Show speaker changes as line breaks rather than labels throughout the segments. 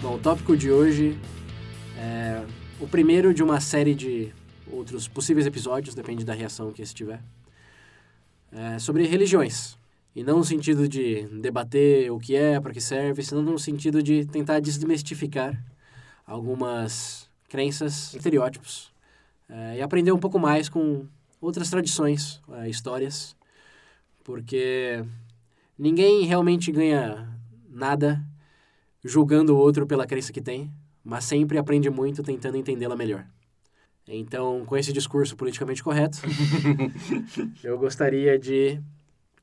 Bom, o tópico de hoje é o primeiro de uma série de outros possíveis episódios, depende da reação que esse tiver, é sobre religiões. E não no sentido de debater o que é, para que serve, senão no sentido de tentar desmistificar algumas crenças, estereótipos, é, e aprender um pouco mais com outras tradições, é, histórias, porque ninguém realmente ganha nada julgando o outro pela crença que tem, mas sempre aprende muito tentando entendê-la melhor. Então, com esse discurso politicamente correto, eu gostaria de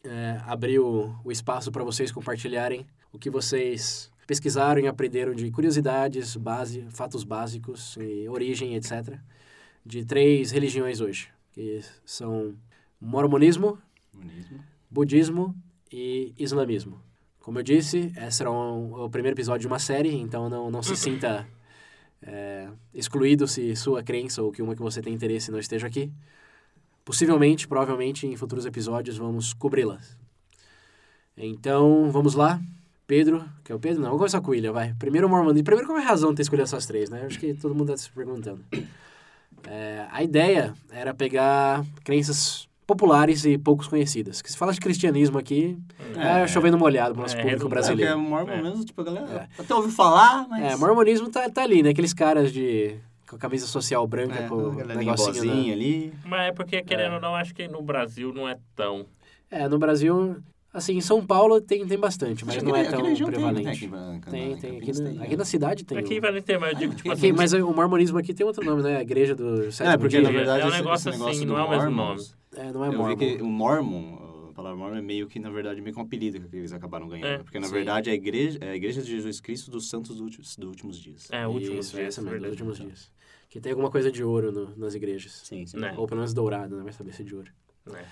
é, abrir o, o espaço para vocês compartilharem o que vocês pesquisaram e aprenderam de curiosidades, base, fatos básicos, e origem, etc., de três religiões hoje, que são mormonismo,
Comunismo.
budismo e islamismo. Como eu disse, esse era um- o primeiro episódio de uma série, então não, não se sinta é, excluído se sua crença ou que uma que você tem interesse não esteja aqui. Possivelmente, provavelmente, em futuros episódios vamos cobri-las. Então, vamos lá. Pedro, que é o Pedro? Não, vou começar com o William, vai. Primeiro o Mormon. E primeiro, qual é a razão de ter escolhido essas três, né? Acho que todo mundo está se perguntando. É, a ideia era pegar crenças populares e poucos conhecidas. Que se fala de cristianismo aqui, é, chovendo molhado pro nosso
É,
público
redundante.
Porque
brasileiro.
mormon
É.
mesmo, tipo, a galera até ouviu falar, mas...
É, mormonismo tá, tá ali, né? Aqueles caras de... Com a camisa social branca,
É,
com o
a galerinha
negocinho. né?
boazinha ali.
Mas é porque, querendo ou não, acho que no Brasil não é tão.
É, no Brasil... Assim, em São Paulo tem, tem bastante, mas
Acho que
não é
aqui na
tão
região tem, né,
prevalente.
Tem, é.
Tem, tem. Aqui, na, aqui
não
na cidade tem.
Aqui vai ter, mas eu digo, tipo
Aqui,
assim.
mas o mormonismo aqui tem outro nome, né? A igreja do sétimo
É, porque
dia.
na verdade
É um
esse- esse
negócio assim,
negócio
não
do
é o mesmo
mormons,
É, não é
Eu vi
mormon.
que o mormon, a palavra mormon é meio que, na verdade, meio que um apelido que eles acabaram ganhando.
É,
porque, na
sim.
verdade, é a igreja, é a igreja de Jesus Cristo dos santos dos últimos, dos últimos dias.
É, últimos
Isso, é
dias.
essa mesmo, dos
verdade.
últimos dias. Que tem alguma coisa de ouro no- nas igrejas.
Sim, sim.
Né?
Ou pelo menos dourado, né? Vai saber se é de ouro.
É.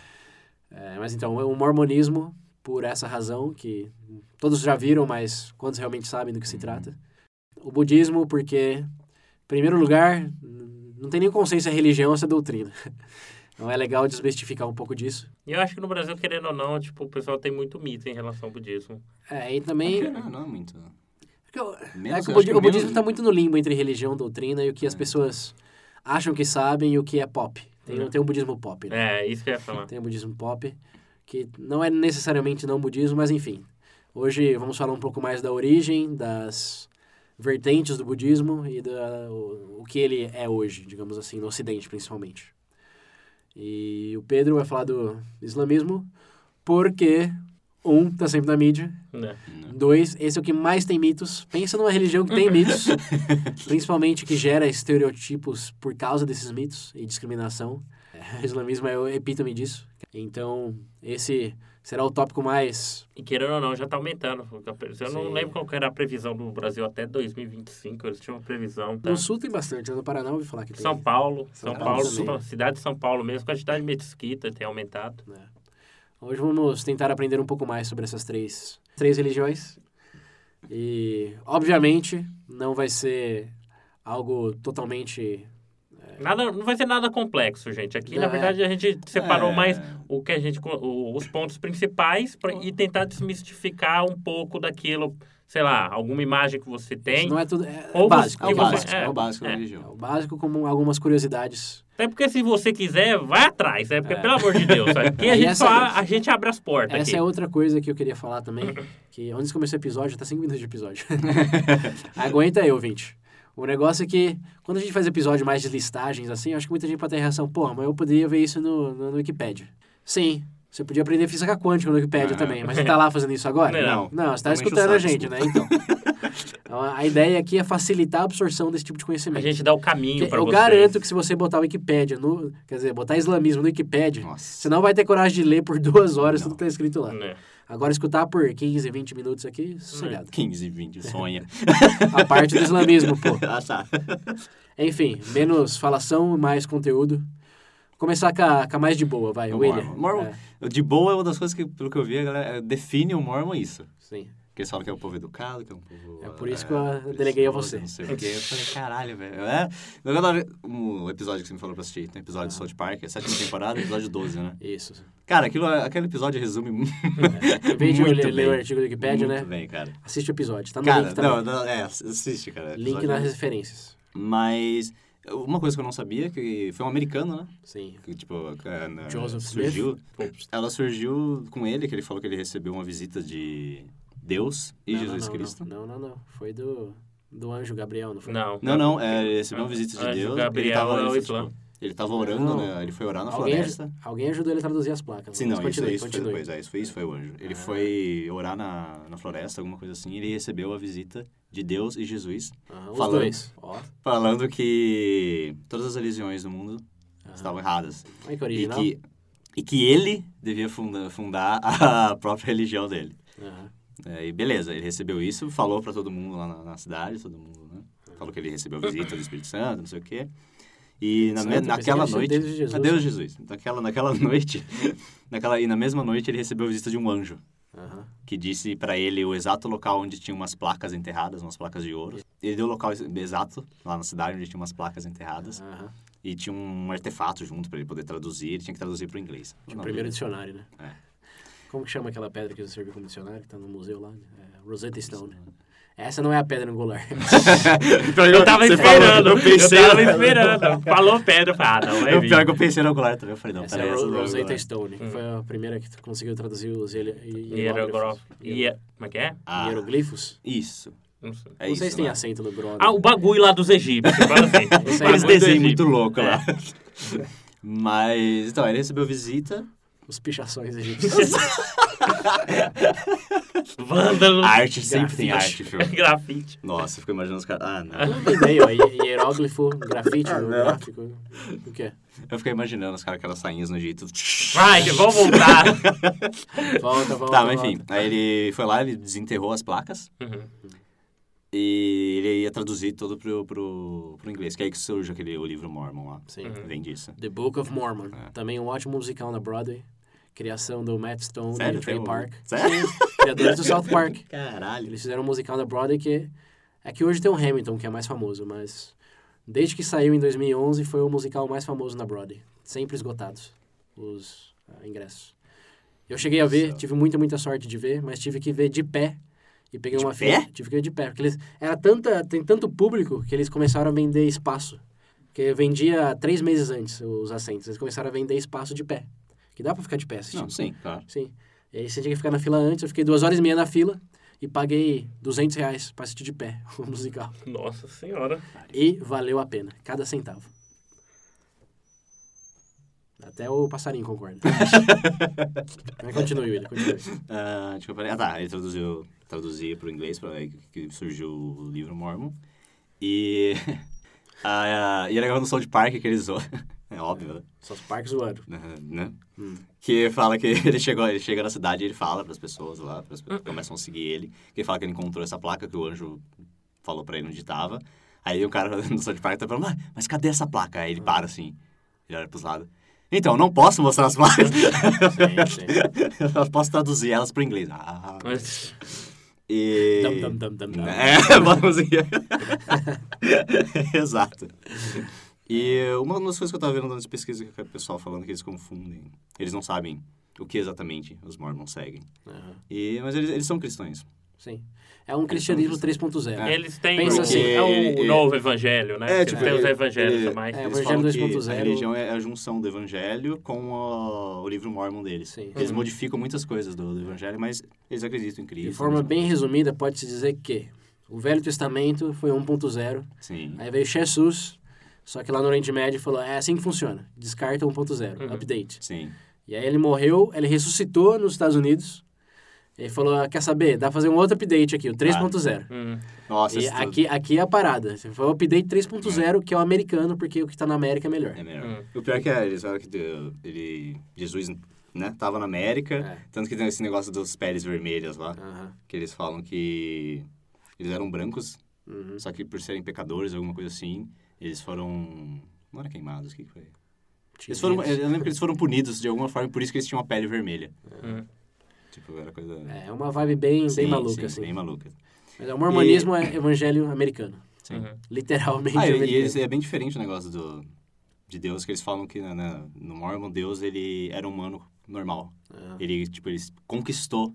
É, mas então, o mormonismo, por essa razão, que todos já viram, mas quantos realmente sabem do que se
Uhum.
trata? O budismo, porque, em primeiro lugar, n- não tem nem consciência a religião essa doutrina. Então é legal desmistificar um pouco disso.
E eu acho que no Brasil, querendo ou não, tipo, o pessoal tem muito mito em relação ao budismo.
É, e também.
Não, não é muito.
porque eu-
Menos,
é que o,
eu acho
budi-
que
o budismo
menos-
está muito no limbo entre religião, doutrina e o que as
É.
pessoas acham que sabem e o que é pop. Tem,
Uhum.
tem um budismo pop, né?
É, isso que eu ia falar.
Tem o budismo pop, que não é necessariamente não budismo, mas enfim. Hoje vamos falar um pouco mais da origem, das vertentes do budismo e da, o, o que ele é hoje, digamos assim, no ocidente principalmente. E o Pedro vai falar do islamismo porque, um, tá sempre na mídia,
Né?
Não.
Dois, esse é o que mais tem mitos. Pensa numa religião que tem mitos, principalmente que gera estereotipos por causa desses mitos e discriminação. É, O islamismo é o epítome disso. Então, esse será o tópico mais.
E querendo ou não, já tá aumentando. Eu não
Sim.
lembro qual que era a previsão do Brasil até 2025, eles tinham uma previsão. Tá?
No sul tem bastante, né? no Paraná eu ouvi falar que tem.
São Paulo, São,
São
Paulo,
Paulo também.
cidade de São Paulo mesmo, quantidade de mesquita tem aumentado.
Hoje vamos tentar aprender um pouco mais sobre essas três, três religiões. E, obviamente, não vai ser algo totalmente.
Nada, não vai ser nada complexo, gente. Aqui,
Não,
na
é.
verdade, a gente separou
É.
mais o que a gente co- o- os pontos principais pra- e tentar desmistificar um pouco daquilo, sei lá, alguma imagem que você tem.
Não é tudo. É,
Ou você-
básico.
É o
que
é
você-
básico, é, o básico
é.
da
É
religião.
o básico, como algumas curiosidades
Até porque se você quiser, vai atrás, né? Porque,
É.
pelo amor de Deus, aqui a
E
gente,
essa- é
só, a gente abre as portas
Essa
aqui.
é outra coisa que eu queria falar também, que antes de começar o episódio, tá 5 minutos de episódio. Aguenta aí, ouvinte. O negócio é que, quando a gente faz episódio mais de listagens, assim, eu acho que muita gente pode ter reação, porra, mas eu poderia ver isso no, no, no Wikipedia. Sim, você podia aprender física quântica no Wikipedia
Ah.
também, mas você tá lá fazendo isso agora?
É. Não.
Não, você tá
Não enche o
escutando a
saco,
gente, né? Então. Então, a ideia aqui é facilitar a absorção desse tipo de conhecimento.
A gente dá o caminho
Porque
pra
eu
vocês.
garanto que se você botar Wikipédia no. Quer dizer, botar islamismo no Wikipédia,
Nossa.
você não vai ter coragem de ler por duas horas
Não.
tudo que tá escrito lá.
Né?
Agora, escutar por 15, 20 minutos aqui, sossegado.
15, 20, sonha. é.
A parte do islamismo, pô.
ah, tá.
Enfim, menos falação, mais conteúdo. Vou Começar com a, com a mais de boa, vai.
O
William.
Mormon. Mormon.
É,
De boa é uma das coisas que, pelo que eu vi, a galera eh, define o Mormon isso.
sim.
Porque eles falam que é um povo educado, que é um povo...
É por isso
ah,
que eu
preguiçoso,
deleguei a você.
Não sei o quê. Eu falei, caralho, velho. É, eu adoro um episódio que você me falou pra assistir. Tem um episódio
Ah.
do South Park, é a sétima temporada, episódio 12, né?
Isso.
Cara, aquilo, aquele episódio resume
É, Em vez de eu
Muito
ler, ler o
bem.
artigo do Wikipedia,
muito
né?
bem, cara.
Assiste o episódio. Tá no
Cara,
link também.
não, não, é, assiste, cara.
link
episódio
nas
é-
referências.
Mas uma coisa que eu não sabia, que foi um americano, né?
Sim.
Que, tipo, é, né,
Joseph
surgiu.
Pô,
Ela surgiu com ele, que ele falou que ele recebeu uma visita de Deus e
Não, não,
Jesus
não,
Cristo.
Não, não, não. Foi do, do anjo Gabriel, não foi?
Não.
Não, não, é, ele recebeu uma
Ah,
visita de
anjo
Deus. ele
Gabriel
tava,
é o
ele, foi,
Islã.
tipo, ele tava orando,
Não.
né? Ele foi orar na
Alguém,
floresta.
alguém ajudou ele a traduzir as placas.
Sim,
mas
não, isso,
continue,
isso foi
continue. Ah.
depois, é, isso, foi, isso foi o anjo. Ele foi orar na, na floresta, alguma coisa assim, e ele recebeu a visita de Deus e Jesus,
Ah, os
Falando.
dois. Ó,
falando que todas as religiões do mundo
Ah.
estavam erradas.
olha que
E
original.
que, e que ele devia funda, fundar a própria religião dele.
Aham.
É, e beleza, ele recebeu isso, falou pra todo mundo lá na, na cidade, todo mundo, né? Falou que ele recebeu visita do Espírito Santo, não sei o quê. E na,
Santo,
me-
eu pensei
naquela
que era
noite.
Deus de Jesus.
Ah, Deus de Jesus. Naquela, naquela noite. naquela, e na mesma noite ele recebeu a visita de um anjo
Aham.
que disse pra ele o exato local onde tinha umas placas enterradas, umas placas de ouro. Ele deu o local ex- exato lá na cidade onde tinha umas placas enterradas
Aham.
e tinha um artefato junto pra ele poder traduzir, ele tinha que traduzir pro inglês.
Tinha o
Não,
primeiro dicionário, né?
É.
Como que chama aquela pedra que serviu como dicionário? Que tá no museu lá? É, Rosetta Stone. Essa não é a pedra angular.
Eu tava
tipo, Você falou,
esperando,
eu pensei-
eu tava esperando. Falou pedra, eu falei, ah, não, vai
Eu, pior
vir.
que eu pensei no ocular também, eu falei, não,
essa
peraí,
é a
essa
Ro-
não é Hum.
Rosetta
ocular.
Stone, que foi a primeira que conseguiu traduzir os hiel- hi-
Hierogrófico.
hieróglifos.
Hie- Como é que é?
Ah,
Hieroglifos?
isso.
Não sei.
É
não
isso,
sei se tem
né?
acento no brother.
Ah, o bagulho lá dos egípcios. Fala assim.
Isso aí, é
Bagulho
Aqueles
Muito
do
desenhos muito
egípcio.
loucos lá. Mas, então, ele recebeu visita.
Os pichações egípcios.
Vândalo.
A arte sempre tem
Grafite.
arte, filho.
Grafite.
Nossa, eu fico imaginando os caras. Ah, não.
Não tem ideia, ó. hi- Hieróglifo, grafite,
Ah,
gráfico. O que é?
Eu fiquei imaginando os caras com aquelas sainhas no Egito.
Vai, vamos voltar.
Volta, volta.
Tá, mas enfim.
volta.
Aí ele foi lá, ele desenterrou as placas
Uhum.
e ele ia traduzir tudo pro, pro, pro inglês. Que é aí que surge aquele o livro Mormon lá.
Sim.
Vem disso.
The Book of Mormon.
Uhum. É.
Também um ótimo musical na Broadway. Criação do Matt Stone
Sério?
e Trey
Tem um-
Park.
Sério?
Criadores é do South Park.
Caralho.
Eles fizeram um musical da Broadway que... É que hoje tem o Hamilton, que é mais famoso, mas... Desde que saiu em 2011, foi o musical mais famoso na Broadway. Sempre esgotados os ah, ingressos. Eu cheguei a ver,
Nossa.
tive muita, muita sorte de ver, mas tive que ver de pé. E peguei
De
uma
pé?
fila. Tive que ver de pé. Porque eles... Era tanta... Tem tanto público que eles começaram a vender espaço. Porque vendia três meses antes os assentos. Eles começaram a vender espaço de pé. Que dá pra ficar de pé assistindo.
Não, sim, claro.
Sim. E aí você tinha que ficar na fila antes. Eu fiquei duas horas e meia na fila e paguei 200 reais pra assistir de pé o musical.
Nossa senhora.
E valeu a pena, cada centavo. Até o passarinho concorda. Mas continue, William, continue.
Ah, deixa eu ver. Ah, tá. Ele traduziu, traduzia pro inglês, pra aí que surgiu o livro Mormon. E. ah, e é legal no South Park que eles. É óbvio, né?
Só os parques zoando.
né? Que fala que ele chegou, ele chega na cidade e ele fala para as pessoas lá, pras, começam a seguir ele, que ele fala que ele encontrou essa placa que o anjo falou para ele onde estava. Aí o cara no South Park tá falando, "Mas- mas cadê essa placa? Aí ele para assim, ele olha pros lados. Então, não posso mostrar as placas.
Sim, sim.
Eu posso traduzir elas pro inglês. Ah,
Mas-
e...
Dum, dum, dum, dum, dum.
É, vamos ir. Exato. E uma das coisas que eu tava vendo nas pesquisas que o pessoal falando é que eles confundem. Eles não sabem o que exatamente os mormons seguem.
Aham,
E, mas eles, eles são cristãos.
Sim. É um cristianismo 3.0.
Eles têm
Pensa
o-
assim,
é o
ele- ele-
novo evangelho, né? Eles têm os
ele-
evangelhos
ele-
a mais.
É,
eles
evangelho
falam que
2.0.
A religião é a junção do evangelho com o, o livro mormon deles.
Sim.
Eles
Uhum.
modificam muitas coisas do, do evangelho, mas eles acreditam em Cristo.
De forma
né?
bem resumida, pode-se dizer que o Velho Testamento foi 1.0
Sim.
Aí veio Jesus, só que lá no Oriente Médio falou, é assim que funciona, descarta 1.0,
Uhum.
update.
Sim.
E aí ele morreu, ele ressuscitou nos Estados Unidos, ele falou, "Ah, quer saber, dá pra fazer um outro update aqui, o 3.0.
Hum,
Nossa,
E
isso tudo
aqui, aqui é a parada, foi o update 3.0, que é o americano, porque o que tá na América é melhor.
É melhor.
Hum.
O pior que é, eles falam que uh, ele, Jesus né? Tava na América.
É. Ah.
Tanto que tem esse negócio dos peles vermelhas lá,
Aham.
que eles falam que eles eram brancos,
Uhum.
só que por serem pecadores, alguma coisa assim, eles foram... Não era queimados, o que que foi? Eles foram, eu lembro que eles foram punidos de alguma forma, por isso que eles tinham a pele vermelha.
Hum.
Tipo, era coisa...
Uhum. É uma vibe bem,
Sim,
bem maluca,
sim,
assim.
Bem maluca.
Mas é um mormonismo é evangelho americano.
Sim.
Uhum.
Literalmente
Ah, e-
americano.
e eles, é bem diferente o negócio do, de Deus, que eles falam que né, né, no Mormon, Deus ele era humano normal.
Ah.
Ele, tipo, ele conquistou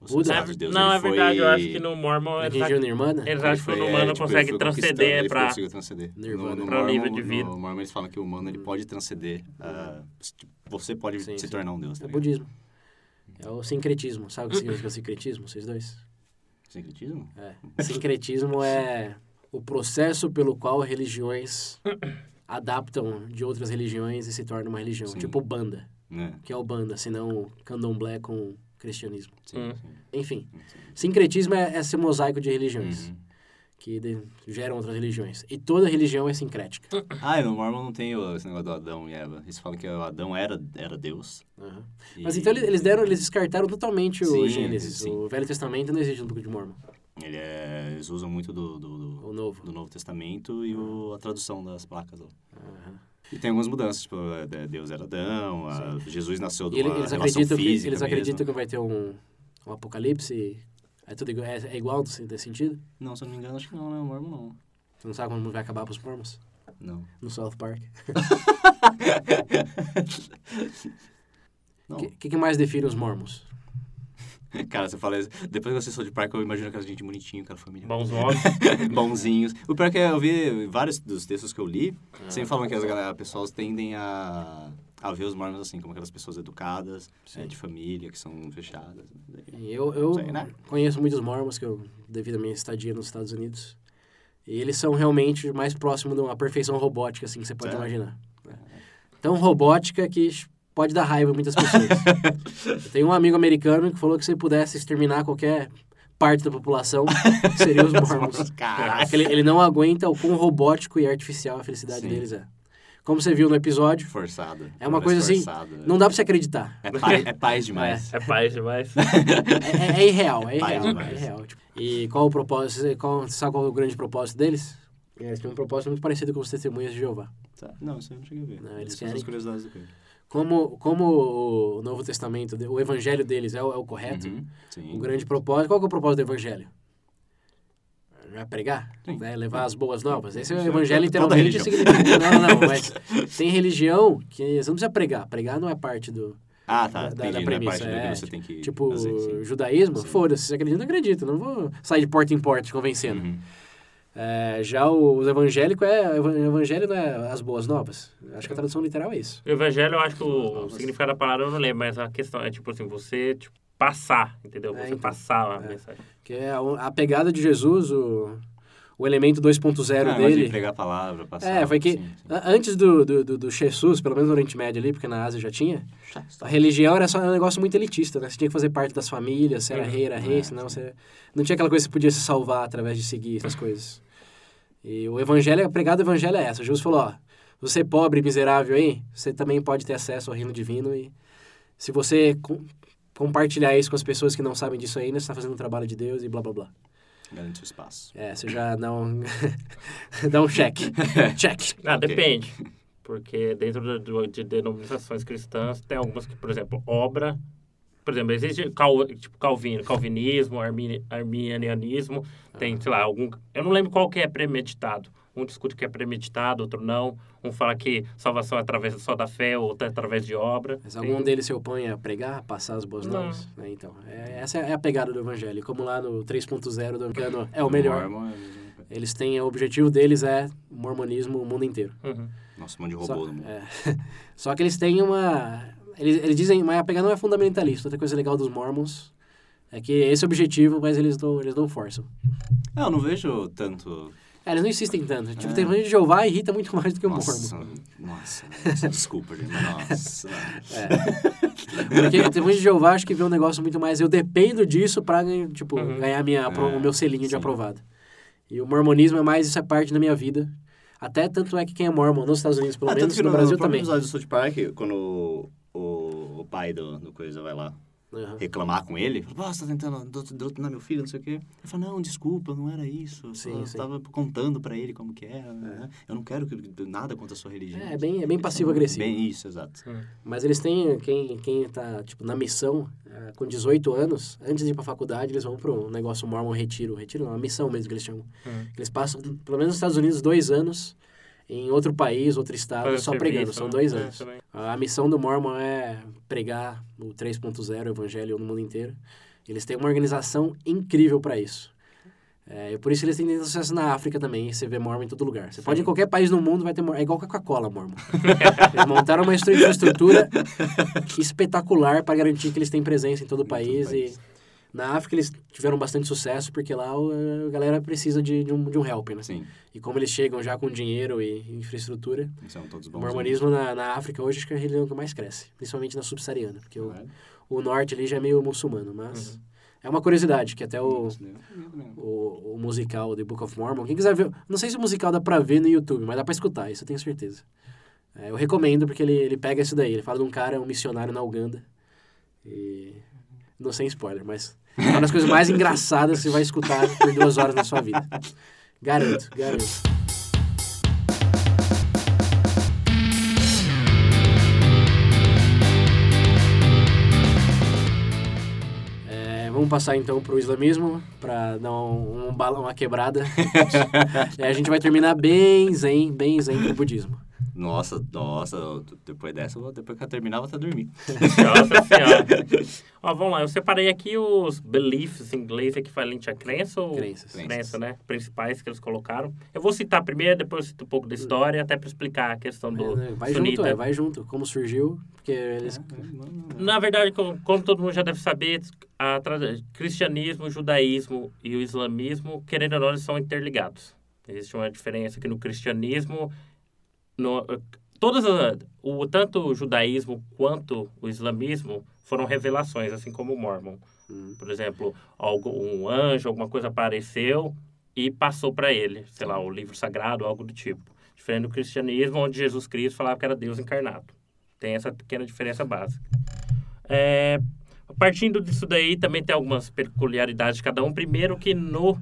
os
Buda?
pecados de Deus.
Não,
ele
É. é verdade.
foi-
Eu acho que no Mormon é
Na
eles
religião né? nirmana?
eles
ele
acham que
foi,
o
é, tipo,
humano
ele
consegue
foi conquistando,
transcender
ele
pra...
conseguiu transcender.
Nirvana.
No, no
Pra
Mormon,
nível de vida. Hum.
No Mormon eles falam que o humano ele pode transcender. ah, tipo, você pode
Sim,
se
sim.
tornar um Deus.
É
Tá ligado?
budismo. É o sincretismo. Sabe o que significa sincretismo, vocês dois?
Sincretismo?
É. Sincretismo é o processo pelo qual religiões adaptam de outras religiões e se torna uma religião.
Sim.
Tipo banda,
Né?
que é o banda, senão o candomblé com o cristianismo.
Sim,
Hum.
sim,
Enfim,
sim.
sincretismo é esse mosaico de religiões
Uhum.
que de- geram outras religiões. E toda religião é sincrética.
Ah, e no Mormon não tem o- esse negócio do Adão e Eva. Eles falam que o Adão era, era Deus.
Aham.
e-
Mas então eles- eles deram, eles descartaram totalmente o
Sim,
Gênesis.
sim.
O Velho Testamento não existe no book de Mormon.
Ele é- eles usam muito do, do, do-
O novo.
do Novo Testamento e o- a tradução das placas. lá.
Aham.
E tem algumas mudanças, tipo, é, Deus era Adão, a- Jesus nasceu de
E ele-
uma
eles
relação
acreditam, que,
física
eles
mesmo.
acreditam que vai ter um, um apocalipse. É, tudo igual, é, é igual nesse nesse sentido?
Não, se eu não me engano, acho que não, né? O Mormon não.
Você não sabe quando vai acabar pros mormons?
Não.
No South Park. O
Não.
que, que mais define os mormons?
Cara, você fala isso. Depois que eu assisto de parque, eu imagino aquela gente bonitinho, aquela família.
Bons homens.
bonzinhos. O pior é que eu vi vários dos textos que eu li,
Ah.
sempre falam que as galera, pessoas tendem a, a ver os mormons assim, como aquelas pessoas educadas, é, de família, que são fechadas.
Eu, eu
Sei, né?
conheço muitos mormons que eu, devido à minha estadia nos Estados Unidos. E eles são realmente mais próximos de uma perfeição robótica, assim, que você pode
Sério?
imaginar. Tão robótica que pode dar raiva em muitas pessoas. eu tenho um amigo americano que falou que se pudesse exterminar qualquer parte da população, seria os mormons.
Caraca.
Caraca, ele, ele não aguenta o quão robótico e artificial a felicidade
Sim.
deles é. Como você viu no episódio,
Forçado.
É uma coisa assim,
Forçado, né?
não dá pra você acreditar.
É, pai, é paz demais.
É paz demais.
É, é- é irreal, é
Pai
irreal, é
demais.
irreal. Tipo, E qual o propósito, qual, sabe qual é o grande propósito deles? Eles têm um propósito muito parecido com os testemunhas de Jeová.
Tá. Não, isso eu não cheguei a ver.
Não, eles
Essas são
querem-
as curiosidades do cara.
Como, como o Novo Testamento, o evangelho deles é o, é o correto,
Uhum. Sim.
o grande propósito, qual que é o propósito do evangelho? Não é pregar?
Sim.
Né? Levar as boas novas? Esse é o
Isso é
evangelho
toda
literalmente
religião.
significa... Não, não, mas tem religião que você não precisa pregar. Pregar não é parte do...
Ah, tá.
da- da
entendi. Na
premissa,
parte do
é,
que você tem que
Tipo,
fazer, sim.
judaísmo,
Sim.
foda-se, você acredita, acredita. Não vou sair de porta em porta te convencendo.
Uhum.
É, já os evangélicos é. evan- Evangelho não é as boas novas. Acho que a tradução literal é isso.
O evangelho, eu acho que o
Novas.
significado da palavra eu não lembro, mas a questão é tipo assim, você tipo, passar, entendeu?
É,
Você
então.
passar a
É.
mensagem.
Que é a, a pegada de Jesus, o, o elemento 2.0
Ah, mas de
dele.
pregar a palavra, passar.
É, foi que
sim, sim.
a- antes do, do, do- do Jesus, pelo menos no Oriente Médio ali, porque na Ásia já tinha, a religião era só um negócio muito elitista, né? Você tinha que fazer parte das famílias, você era
Uhum.
rei, era rei,
É,
senão você... Não tinha aquela coisa que você podia se salvar através de seguir essas coisas. E o evangelho, a pregada do evangelho é essa. Jesus falou, ó, você é pobre e miserável aí, você também pode ter acesso ao reino divino e se você com- compartilhar isso com as pessoas que não sabem disso ainda, você está fazendo o trabalho de Deus e blá, blá, blá.
Garante o espaço.
É, você já dá um... dá um cheque. cheque.
Ah,
Ok.
depende. Porque dentro do- do- de denominações cristãs, tem algumas que, por exemplo, obra. Por exemplo, existe cal, tipo calvino, calvinismo, armini- arminianismo. Tem,
Ah.
sei lá, algum. Eu não lembro qual que é premeditado. Um discute que é premeditado, outro não. Um fala que salvação é através só da fé, outro é através de obra.
Mas
Tem-
algum deles se opõe a pregar, a passar as boas
Não.
novas? Né? Então, é- essa é a pegada do evangelho. E Como lá no 3.0 do Angano é o melhor.
Mormon é a mesma coisa.
Eles têm, o objetivo deles é o mormonismo o mundo inteiro.
Uhum.
Nossa, um monte de
Só-
robô no mundo.
é. Só que eles têm uma... Eles, eles dizem, mas a pegada não é fundamentalista. Outra coisa legal dos mormons é que esse é o objetivo, mas eles não, eles não forçam.
Ah, eu não vejo tanto.
É, eles não insistem tanto. Tipo,
É.
o testemunho de Jeová irrita muito mais do que o
Nossa,
mormon.
nossa, nossa, desculpa, gente, mas nossa. Ah,
Porque o testemunho de Jeová acho que vê um negócio muito mais. Eu dependo disso pra ganhar, tipo,
Uhum.
ganhar minha, apro-
É,
o meu selinho de
sim.
aprovado. E o mormonismo é mais essa parte da minha vida. Até tanto é que quem é mormon nos Estados Unidos, pelo
Ah,
menos,
tanto que
no, Brasil
próprio
também.
episódio do South Park, quando o, o pai do, do coisa vai lá
Aham.
reclamar com ele. Fala, Pô, você tá tentando adot- adotar meu filho, não sei o quê. Ele fala, não, desculpa, não era isso. Eu
Sim,
só
sim.
tava contando pra ele como que era. né? Eu não quero que, nada contra a sua religião.
É, é bem- é bem passivo-agressivo.
Bem isso, exato.
Mas eles têm, quem, quem tá, tipo, na missão, eh, com 18 anos, antes de ir pra faculdade, eles vão pro negócio Mormon Retiro. Retiro não, é uma missão mesmo que eles chamam.
Hum.
Eles passam, pelo menos nos Estados Unidos, dois anos em outro país, outro estado,
Fazer
só
serviço,
pregando. São dois
né? É,
anos.
também.
A missão do Mormon é pregar o 3.0, o evangelho no mundo inteiro. Eles têm uma organização incrível para isso. É, e por isso eles têm tanto sucesso na África também, e você vê Mormon em todo lugar. Você pode ir em qualquer país no mundo, vai ter Mormon. É igual Coca-Cola, Mormon. eles montaram uma estru- infraestrutura espetacular para garantir que eles têm presença em todo o país. E
país.
na África eles tiveram bastante sucesso, porque lá o- a galera precisa de, de um, de um help, né?
Sim,
E como eles chegam já com dinheiro e infraestrutura,
são todos
o
bons. né?
mormonismo na, na África hoje acho que é a religião que mais cresce, principalmente na subsaariana, porque
né?
o,
Não é?
o norte ali já é meio muçulmano, mas é uma curiosidade que até o,
Isso, né? Eu também não.
o, o musical The Book of Mormon, quem quiser ver, não sei se o musical dá pra ver no YouTube, mas dá pra escutar, isso eu tenho certeza. É, eu recomendo porque ele, ele pega isso daí, ele fala de um cara, um missionário na Uganda, e não sem spoiler, mas é uma das coisas mais engraçadas que você vai escutar por duas horas na sua vida. Garanto, garanto. É, vamos passar então pro islamismo, pra dar um, um balão, uma quebrada. e a gente vai terminar bem zen, bem zen pro budismo.
Nossa, nossa, eu- depois dessa, eu vou- depois que eu terminar, eu vou até dormir.
Nossa senhora. Ó, vamos lá. Eu separei aqui os beliefs em inglês equivalente a crença ou...
Crenças.
Crenças.
Crença, né? Principais que eles colocaram. Eu vou citar primeiro, depois eu cito um pouco da história, até pra explicar a questão do
Hum. É, Vai
sunita.
junto, é, vai junto. Como surgiu, porque eles...
Na verdade, co- como todo mundo já deve saber, a tra- cristianismo, o judaísmo e o islamismo, querendo ou não, eles são interligados. Existe uma diferença que no cristianismo, no, eh, todas a- o, tanto o judaísmo quanto o islamismo foram revelações, assim como o mormon.
Hum.
Por exemplo, algo, um anjo, alguma coisa apareceu e passou para ele, sei lá, o livro sagrado, algo do tipo. Diferente do cristianismo, onde Jesus Cristo falava que era Deus encarnado. Tem essa pequena diferença básica. É, partindo disso daí, também tem algumas peculiaridades de cada um. Primeiro que no...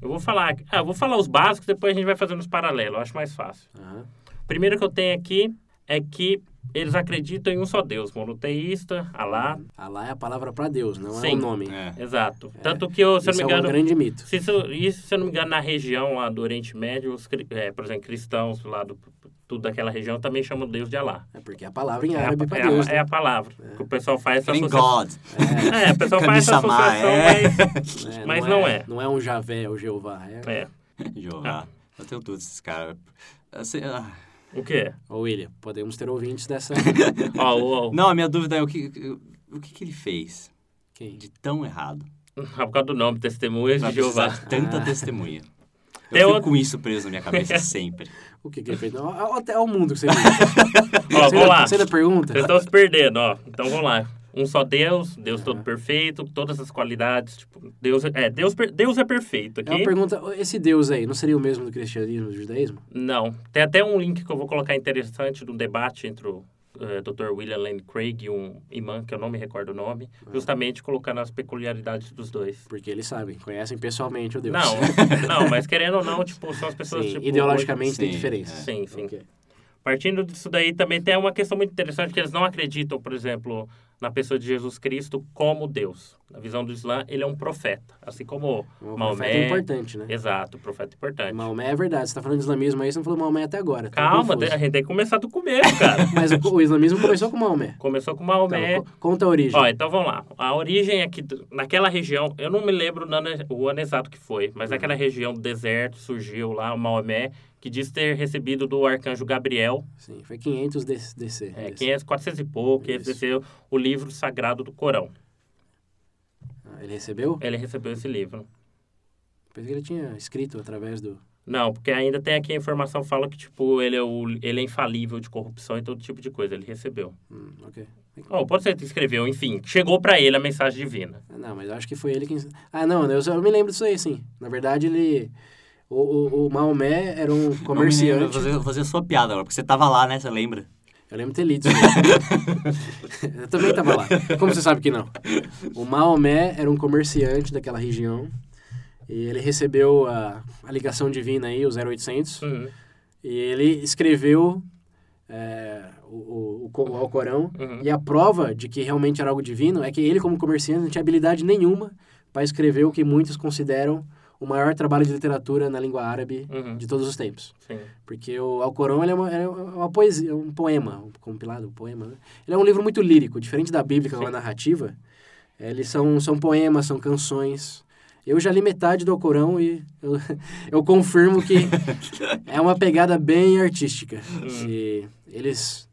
Eu vou falar... Ah, eu vou falar os básicos, depois a gente vai fazendo os paralelos. Eu acho mais fácil.
Aham.
Primeiro que eu tenho aqui é que eles acreditam em um só Deus. Monoteísta, Alá.
Alá é a palavra pra Deus, não é
Sim.
um nome.
É.
Exato. Tanto que, eu, se eu não
Isso
me
é um
engano...
grande mito.
Se, isso, isso, se eu não me engano, na região lá do Oriente Médio, os, cri- eh, por exemplo, cristãos lá do, tudo daquela região também chamam Deus de Alá.
É porque é a palavra em
É a,
árabe pra
é a-
Deus. né?
é a palavra. Que o pessoal faz essa
Em
associação.
God.
É, o pessoal
Quer
faz
me
essa
chamar,
associação,
é.
mas.
né?
mas não é.
Não é um Javé ou Jeová, é...
É.
Ah.
Jeová. ah, Eu tenho todos esses caras. Assim, ah.
O quê?
Ô, William, podemos ter ouvintes dessa...
Ó, o- o-
Não, a minha dúvida é o que, o que, que ele fez
Quem?
de tão errado.
por causa do nome, testemunhas
Vai
de
precisar
Jeová.
de tanta testemunha. Eu
Tem
fico
outro-
com isso preso na minha cabeça sempre.
O que que ele fez? Não, Até o mundo que você vive. Você
Ó,
ainda-
vamos lá.
Você ainda pergunta?
Vocês estão se perdendo, ó. Então vamos lá. Um só Deus, Deus todo perfeito, todas as qualidades. Tipo, Deus é, é, Deus, per- Deus é perfeito
É uma
aqui.
pergunta, esse Deus aí, não seria o mesmo do cristianismo e do judaísmo?
Não. Tem até um link que eu vou colocar interessante de um debate entre o eh, Dr. William Lane Craig e um imã, que eu não me recordo o nome,
Ah.
justamente colocando as peculiaridades dos dois.
Porque eles sabem, conhecem pessoalmente o Deus.
Não, não, mas querendo ou não, tipo, são as pessoas,
Sim,
tipo...
ideologicamente tem
sim,
diferença. é
Sim, é. sim.
Ok.
Partindo disso daí, também tem uma questão muito interessante que eles não acreditam, por exemplo, na pessoa de Jesus Cristo como Deus. Na visão do Islã, ele é um profeta, assim como
Um
Maomé.
profeta importante, né?
Exato, profeta importante.
Maomé é verdade, você tá falando de islamismo aí, você não falou Maomé até agora. tá
Calma,
confuso.
a gente tem que começar do começo, cara.
Mas o, o islamismo começou com Maomé.
Começou com Maomé,
Então, co- conta a origem.
Ó, então vamos lá. A origem aqui, do- naquela região, eu não me lembro na- o ano exato que foi,
Uhum.
mas naquela região do deserto surgiu lá o Maomé, que diz ter recebido do arcanjo Gabriel,
Sim, foi 500 DC. DC.
é, 500, 400 e pouco, ele
Isso.
recebeu o livro sagrado do Corão.
Ah, Ele recebeu?
Ele recebeu esse livro.
Pensei que ele tinha escrito através do...
Não, porque ainda tem aqui a informação fala que, tipo, ele é, o- ele é infalível de corrupção e todo tipo de coisa. Ele recebeu.
Hum, ok.
Bom, pode ser que escreveu, enfim. Chegou pra ele a mensagem divina.
Ah, Não, mas eu acho que foi ele quem. Ah, não, eu, só- eu me lembro disso aí, sim. Na verdade, ele. O, o, o Maomé era um
Não me lembro,
comerciante.
Eu vou fazer, vou fazer a sua piada agora, porque você tava lá, né? Você lembra?
Eu lembro ter lido isso. aí. eu também tava lá. Como você sabe que não? O Maomé era um comerciante daquela região e ele recebeu a, a ligação divina aí, o 0800,
Uhum,
e ele escreveu é, o, o, o Co- o Alcorão.
uhum.
E a prova de que realmente era algo divino é que ele, como comerciante, não tinha habilidade nenhuma para escrever o que muitos consideram o maior trabalho de literatura na língua árabe
Uhum,
de todos os tempos.
sim.
Porque o Alcorão ele é, uma, é uma poesia, um poema, um compilado, um poema. Né? Ele é um livro muito lírico, diferente da Bíblia, que é uma
Sim.
narrativa. Eles são, são poemas, são canções. Eu já li metade do Alcorão e eu, eu confirmo que é uma pegada bem artística. E eles.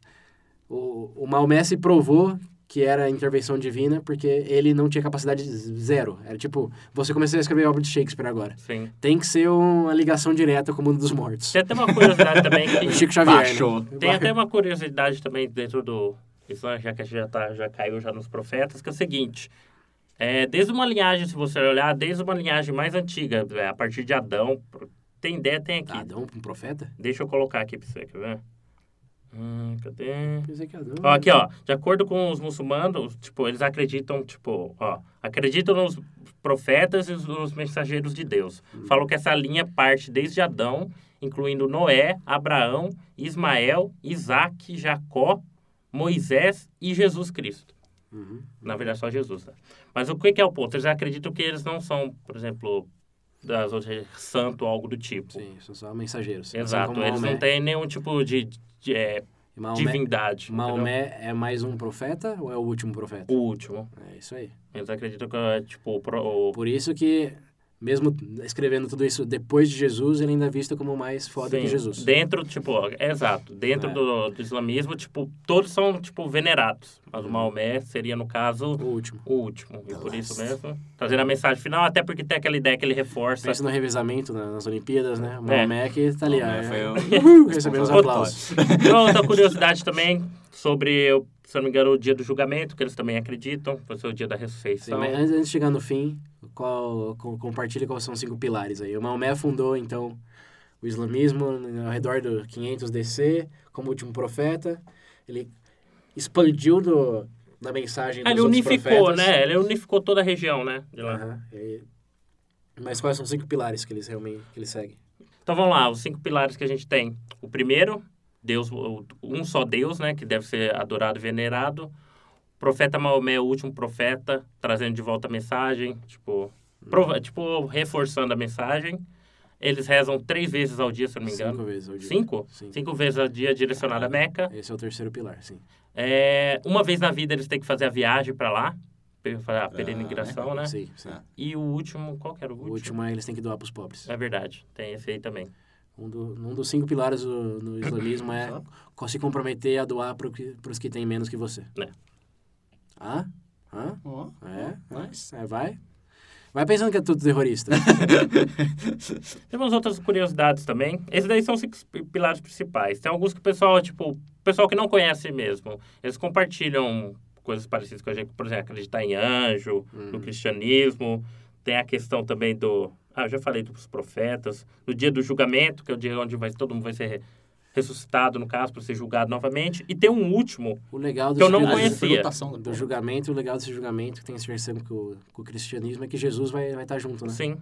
O, o Maomé se provou que era intervenção divina porque ele não tinha capacidade zero. Era tipo, você começou a escrever obra de Shakespeare agora.
Sim.
Tem que ser uma ligação direta com o mundo dos mortos.
Tem até uma curiosidade também
O
que.
Chico Xavier. né?
Baixou.
Tem até uma curiosidade também dentro do Islã, já que a gente já, tá, já caiu já nos profetas, que é o seguinte. É, desde uma linhagem, se você olhar, desde uma linhagem mais antiga, é, a partir de Adão, pro- tem ideia, tem aqui.
Adão, um profeta?
Deixa eu colocar aqui pra você, quer ver? Hum, cadê?
Pensei que Adão.
Ó, aqui, ó. De acordo com os muçulmanos, tipo, eles acreditam, tipo, ó, acreditam nos profetas e nos mensageiros de Deus. Falam que essa linha parte desde Adão, incluindo Noé, Abraão, Ismael, Isaac, Jacó, Moisés e Jesus Cristo.
Uhum.
Na verdade, só Jesus, né? Mas o que que é o ponto? Eles acreditam que eles não são, por exemplo, das outras santo ou algo do tipo.
Sim, são só mensageiros. Assim
Exato.
como
Eles não
Maomé.
têm nenhum tipo de, de, é,
Maomé,
divindade. entendeu?
Maomé é mais um profeta ou é o último profeta?
O último.
É isso aí.
Eles acreditam que é tipo o. pro- o-
Por isso que, mesmo escrevendo tudo isso depois de Jesus, ele ainda é visto como mais foda
Sim,
que é Jesus.
Dentro, tipo, ó, exato. Dentro
É.
do, do islamismo, tipo, todos são, tipo, venerados.
Uhum.
Mas o Maomé seria, no caso,
O último.
o último. E por isso
last.
mesmo, trazendo a mensagem final, até porque tem aquela ideia que ele reforça.
Pensa no revezamento na- nas Olimpíadas,
É.
né? Maomé que tá ali, ó,
Maomé foi o-
é, uhul, recebendo os aplausos.
E outra curiosidade também sobre, eu- se eu não me engano, o dia do julgamento, que eles também acreditam, vai ser o dia da
Sim,
ressurreição.
mas antes, antes de chegar no fim, qual, co- compartilhe quais são os cinco pilares aí. O Maomé fundou, então, o islamismo né, ao redor do 500 DC, como último profeta. Ele expandiu do, da mensagem dos
Ah, ele
outros
unificou,
profetas.
né? Ele unificou toda a região, né? De lá.
Aham, e- Mas quais são os cinco pilares que eles realmente que eles seguem?
Então vamos lá, os cinco pilares que a gente tem. O primeiro, Deus, o- um só Deus, né, que deve ser adorado e venerado. O profeta Maomé, o último profeta, trazendo de volta a mensagem, tipo, prova- tipo reforçando a mensagem. Eles rezam três vezes ao dia, se eu não me engano.
Cinco vezes ao dia.
Cinco?
Sim.
Cinco vezes ao dia direcionada a Meca.
Esse é o terceiro pilar, sim.
É, uma vez na vida eles têm que fazer a viagem para lá, pe- fazer a
Pra
peregrinação, né?
Sim, sim.
Ah.
E o último, qual que era o
O
último?
último é eles têm que doar para os pobres.
É verdade, tem esse aí também.
Um, do- um dos cinco pilares do, no islamismo é
Só?
co- se comprometer a doar para os que têm menos que você.
É.
Hã? Hã?
Ó,
É?
ó,
é.
nice.
É, vai? Vai pensando que é tudo terrorista.
Temos outras curiosidades também. Esses daí são os cinco pi- pilares principais. Tem alguns que o pessoal, tipo, o pessoal que não conhece mesmo, eles compartilham coisas parecidas com a gente, por exemplo, acreditar em anjo, no cristianismo. Tem a questão também do. Ah, eu já falei dos profetas. No dia do julgamento, que é o dia onde vai, todo mundo vai ser re- ressuscitado, no caso, para ser julgado novamente. E tem um último.
o legal
Que eu
desse
não
julgamento-
conhecia.
do julgamento, o legal desse julgamento que tem esse versículo com, o- com o cristianismo é que Jesus vai estar junto, né?
Sim.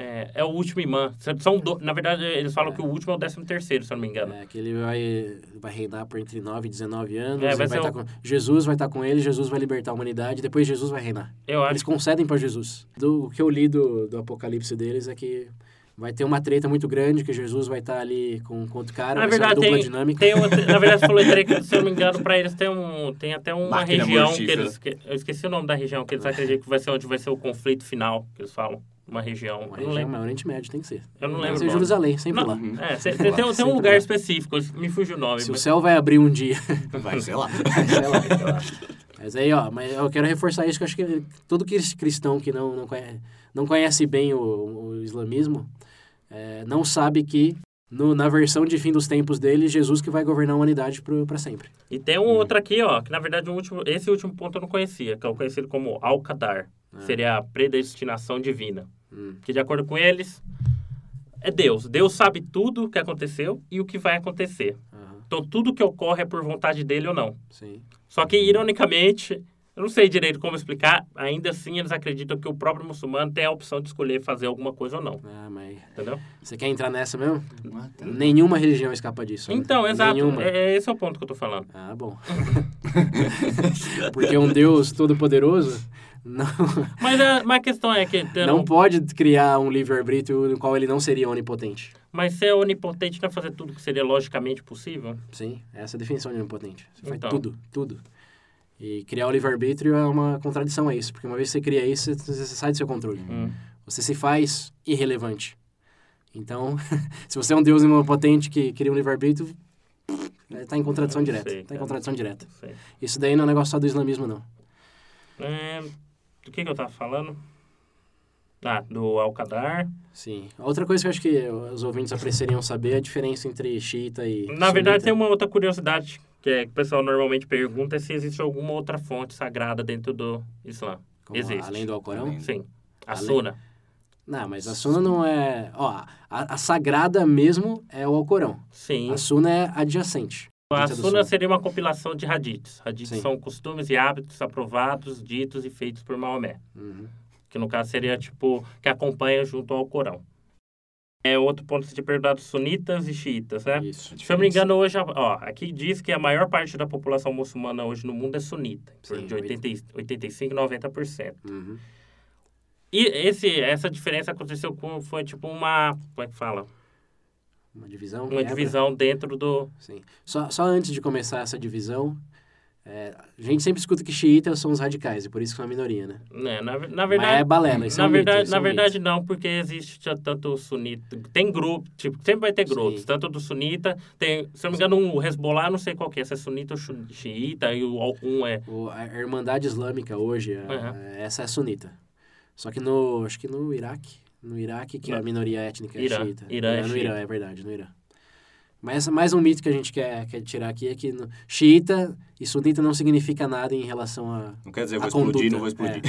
É, é o último imã. São do... Na verdade, eles falam que o último é o décimo terceiro, se eu não me engano.
É, que ele vai, vai reinar por entre 9 e 19 anos.
É, vai
ele vai
ser
tá
o-
com, Jesus vai estar com ele, Jesus vai libertar a humanidade, depois Jesus vai reinar.
Eu acho
Eles concedem para Jesus. Do, o que eu li do, do Apocalipse deles é que vai ter uma treta muito grande, que Jesus vai estar ali com, com outro cara,
Na
vai ser uma
verdade,
dupla
tem,
dinâmica.
tem um- uma, na verdade, você falou entrei, que, se eu não me engano, pra eles tem, um, tem até uma
Máquina
região que
mortífera.
eles. que- eu esqueci o nome da região, que eles acreditam que vai ser onde vai ser o conflito final, que eles falam. Uma região.
é Uma
eu não
região,
lembro.
mas Oriente Médio tem que ser.
Eu não
Tem que
lembro.
ser
o nome.
Jerusalém, sempre
Não,
lá.
É, cê- tem, tem um- tem um
Sempre
lugar
lá.
específico, me fugiu o nome.
Se o
mas-
céu vai abrir um dia,
Vai, sei lá.
sei lá. Mas aí, ó, mas eu quero reforçar isso, que eu acho que todo cris- cristão que não, não, conhece, não conhece bem o, o islamismo é, não sabe que no- na versão de fim dos tempos dele, Jesus que vai governar a humanidade para sempre.
E tem um
Hum.
outro aqui, ó, que na verdade o último, esse último ponto eu não conhecia, que é o conhecido como Al-Qadar. Seria a predestinação divina.
Ah. Hum.
Que de acordo com eles, é Deus. Deus sabe tudo o que aconteceu e o que vai acontecer.
Aham.
Então tudo que ocorre é por vontade dele ou não.
Sim.
Só que, ironicamente, eu não sei direito como explicar, ainda assim eles acreditam que o próprio muçulmano tem a opção de escolher fazer alguma coisa ou não,
Ah, mas
entendeu?
você quer entrar nessa mesmo?
Ah, tá.
Nenhuma religião escapa disso. né?
Então, exato,
Nenhuma.
é, esse é o ponto que eu tô falando.
Ah, bom. Porque um Deus todo-poderoso não,
Mas a, mas a questão é que... tem-
não pode criar um livre-arbítrio no qual ele não seria onipotente.
Mas ser onipotente não é fazer tudo que seria logicamente possível?
Sim, essa é a definição de onipotente. Você faz
Então.
tudo, tudo. E criar o livre-arbítrio é uma contradição a isso, porque uma vez que você cria isso, você- você sai do seu controle.
Hum.
Você se faz irrelevante. Então, se você é um deus onipotente que cria um livre-arbítrio, eh, tá em contradição
Não
direta.
sei,
tá em
cara.
contradição direta.
Não sei.
Isso daí não é negócio só do islamismo, não.
É, do que, que eu tava falando? Ah, do Alcadar.
Sim. Outra coisa que eu acho que os ouvintes apreciariam saber é a diferença entre xiita e.
Na verdade, tem um-
sunita.
uma outra curiosidade que, é, que o pessoal normalmente pergunta é se existe alguma outra fonte sagrada dentro do Islã.
Como,
existe.
Além do Alcorão?
Além.
Sim. A
Além-
Suna.
Não, mas a Sunna não é. Ó, a, a sagrada mesmo é o Alcorão.
Sim.
A Sunna é adjacente.
A
Dentro do
Suna
Sunna.
seria uma compilação de hadiths. Hadiths
Sim.
são costumes e hábitos aprovados, ditos e feitos por Maomé.
Uhum.
Que no caso seria tipo que acompanha junto ao Corão. É outro ponto que você tinha perguntado, sunitas e xiitas, né?
Isso.
Se eu não me engano, hoje, ó, aqui diz que a maior parte da população muçulmana hoje no mundo é sunita, em torno
Sim,
de 80, 85, 90%.
Uhum.
E esse, essa diferença aconteceu com, foi tipo uma, como é que fala?
Uma divisão.
Uma
quebra.
divisão dentro do...
Sim. Só, só antes de começar essa divisão, é, a gente sempre escuta que xiitas são os radicais, e por isso que são a minoria, né?
Né, na, na
mas é
verdade...
balela, isso é
na
um
verdade,
mito, isso é
na
um
verdade
mito.
não, porque existe já tanto sunita, tem grupo, tipo, sempre vai ter
Sim.
grupos, tanto do sunita, tem, se eu não me engano, um Hezbollah, não sei qual que é, se é sunita ou xu- xiita, e o, um é...
O- a a Irmandade Islâmica hoje, a-
Uhum.
essa é sunita. Só que no, acho que no Iraque, no Iraque que é
Não.
a minoria étnica
Irã.
é xiita.
Irã é
no
xiita.
Irã, é verdade, no Irã. Mas essa- mais um mito que a gente quer, quer tirar aqui é que no, xiita e sunita não significa nada em relação a...
Não quer dizer, eu
A
vou
conduta, É.
explodir, não vou explodir.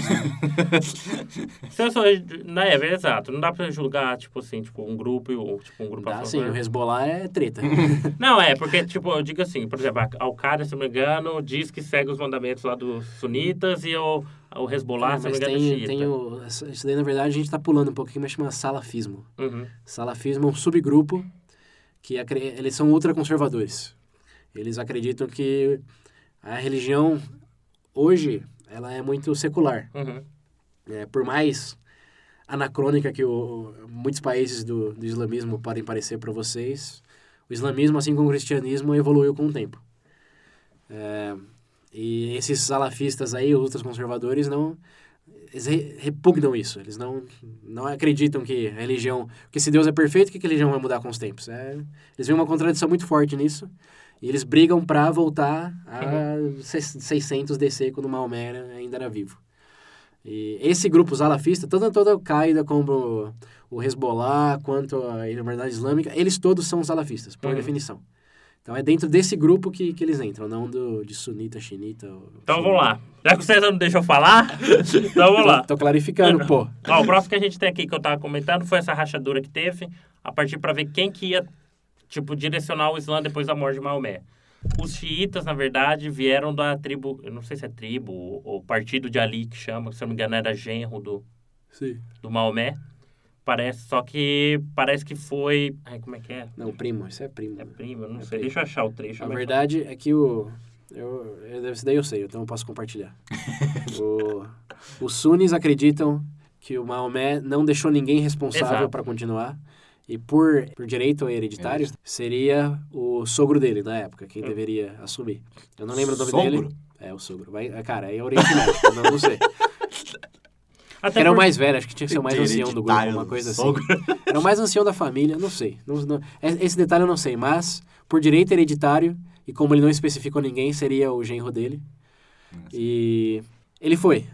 Se eu sou, né, é, exato. Não dá pra julgar, tipo assim, tipo, um grupo e o, tipo, um grupo a
Dá, sim,
favor.
o Hezbollah é treta.
Não, é, porque, tipo, eu digo assim, por exemplo, a Al-Qaeda, se não me engano, diz que segue os mandamentos lá dos sunitas e o, o Hezbollah,
É,
se não me
mas
engano, é
tem,
xiita.
tem o, isso daí, na verdade, a gente tá pulando um pouquinho, mas chama salafismo.
Uhum.
Salafismo é um subgrupo que acre- eles são ultraconservadores. Eles acreditam que a religião hoje ela é muito secular.
Uhum.
É, por mais anacrônica que o, muitos países do, do islamismo podem parecer para vocês, o islamismo, assim como o cristianismo, evoluiu com o tempo. É, e esses salafistas aí, os ultraconservadores, não eles re- repugnam isso. Eles não, não acreditam que a religião... Porque se Deus é perfeito, o que que a religião vai mudar com os tempos? É, eles veem uma contradição muito forte nisso. E eles brigam para voltar a 600 DC, quando Maomé era- ainda era vivo. E esse grupo salafista, tanto toda a Qaeda como o, o Hezbollah, quanto a Irmandade Islâmica, eles todos são salafistas, por
Uhum.
definição. Então é dentro desse grupo que, que eles entram, não do, de sunita, chinita. ou-
Então vamos lá. Já que vocês não deixam eu falar, então vamos lá.
Tô, tô clarificando, pô.
Ó, o próximo que a gente tem aqui que eu tava comentando foi essa rachadura que teve, a partir pra ver quem que ia, tipo, direcionar o Islã depois da morte de Maomé. Os xiitas, na verdade, vieram da tribo, eu não sei se é tribo ou, ou partido de Ali que chama, que se eu não me engano era genro do,
Sim.
do Maomé. Parece, só que parece que foi. Ai, como é que é?
Não, primo, isso é primo.
É
né?
primo, eu
É
não sei.
primo.
Deixa eu achar o trecho.
A
mas-
verdade é que o. Eu, eu, isso daí eu sei, então eu posso compartilhar. o, os sunnis acreditam que o Maomé não deixou ninguém responsável
Exato.
para continuar. E por, por direito hereditário, seria o sogro dele na época, quem deveria assumir. Eu não lembro o nome
Sogro?
dele. É, o sogro. Vai, é, cara, aí é Oriente Médio, não, não sei.
Até
Era o
por-
mais velho, acho que tinha que ser o mais
Hereditário
ancião do grupo, uma coisa assim.
sogro.
Era o mais ancião da família, não sei. Não, não- é- esse detalhe eu não sei, mas por direito hereditário, e como ele não especificou ninguém, seria o genro dele. E ele foi.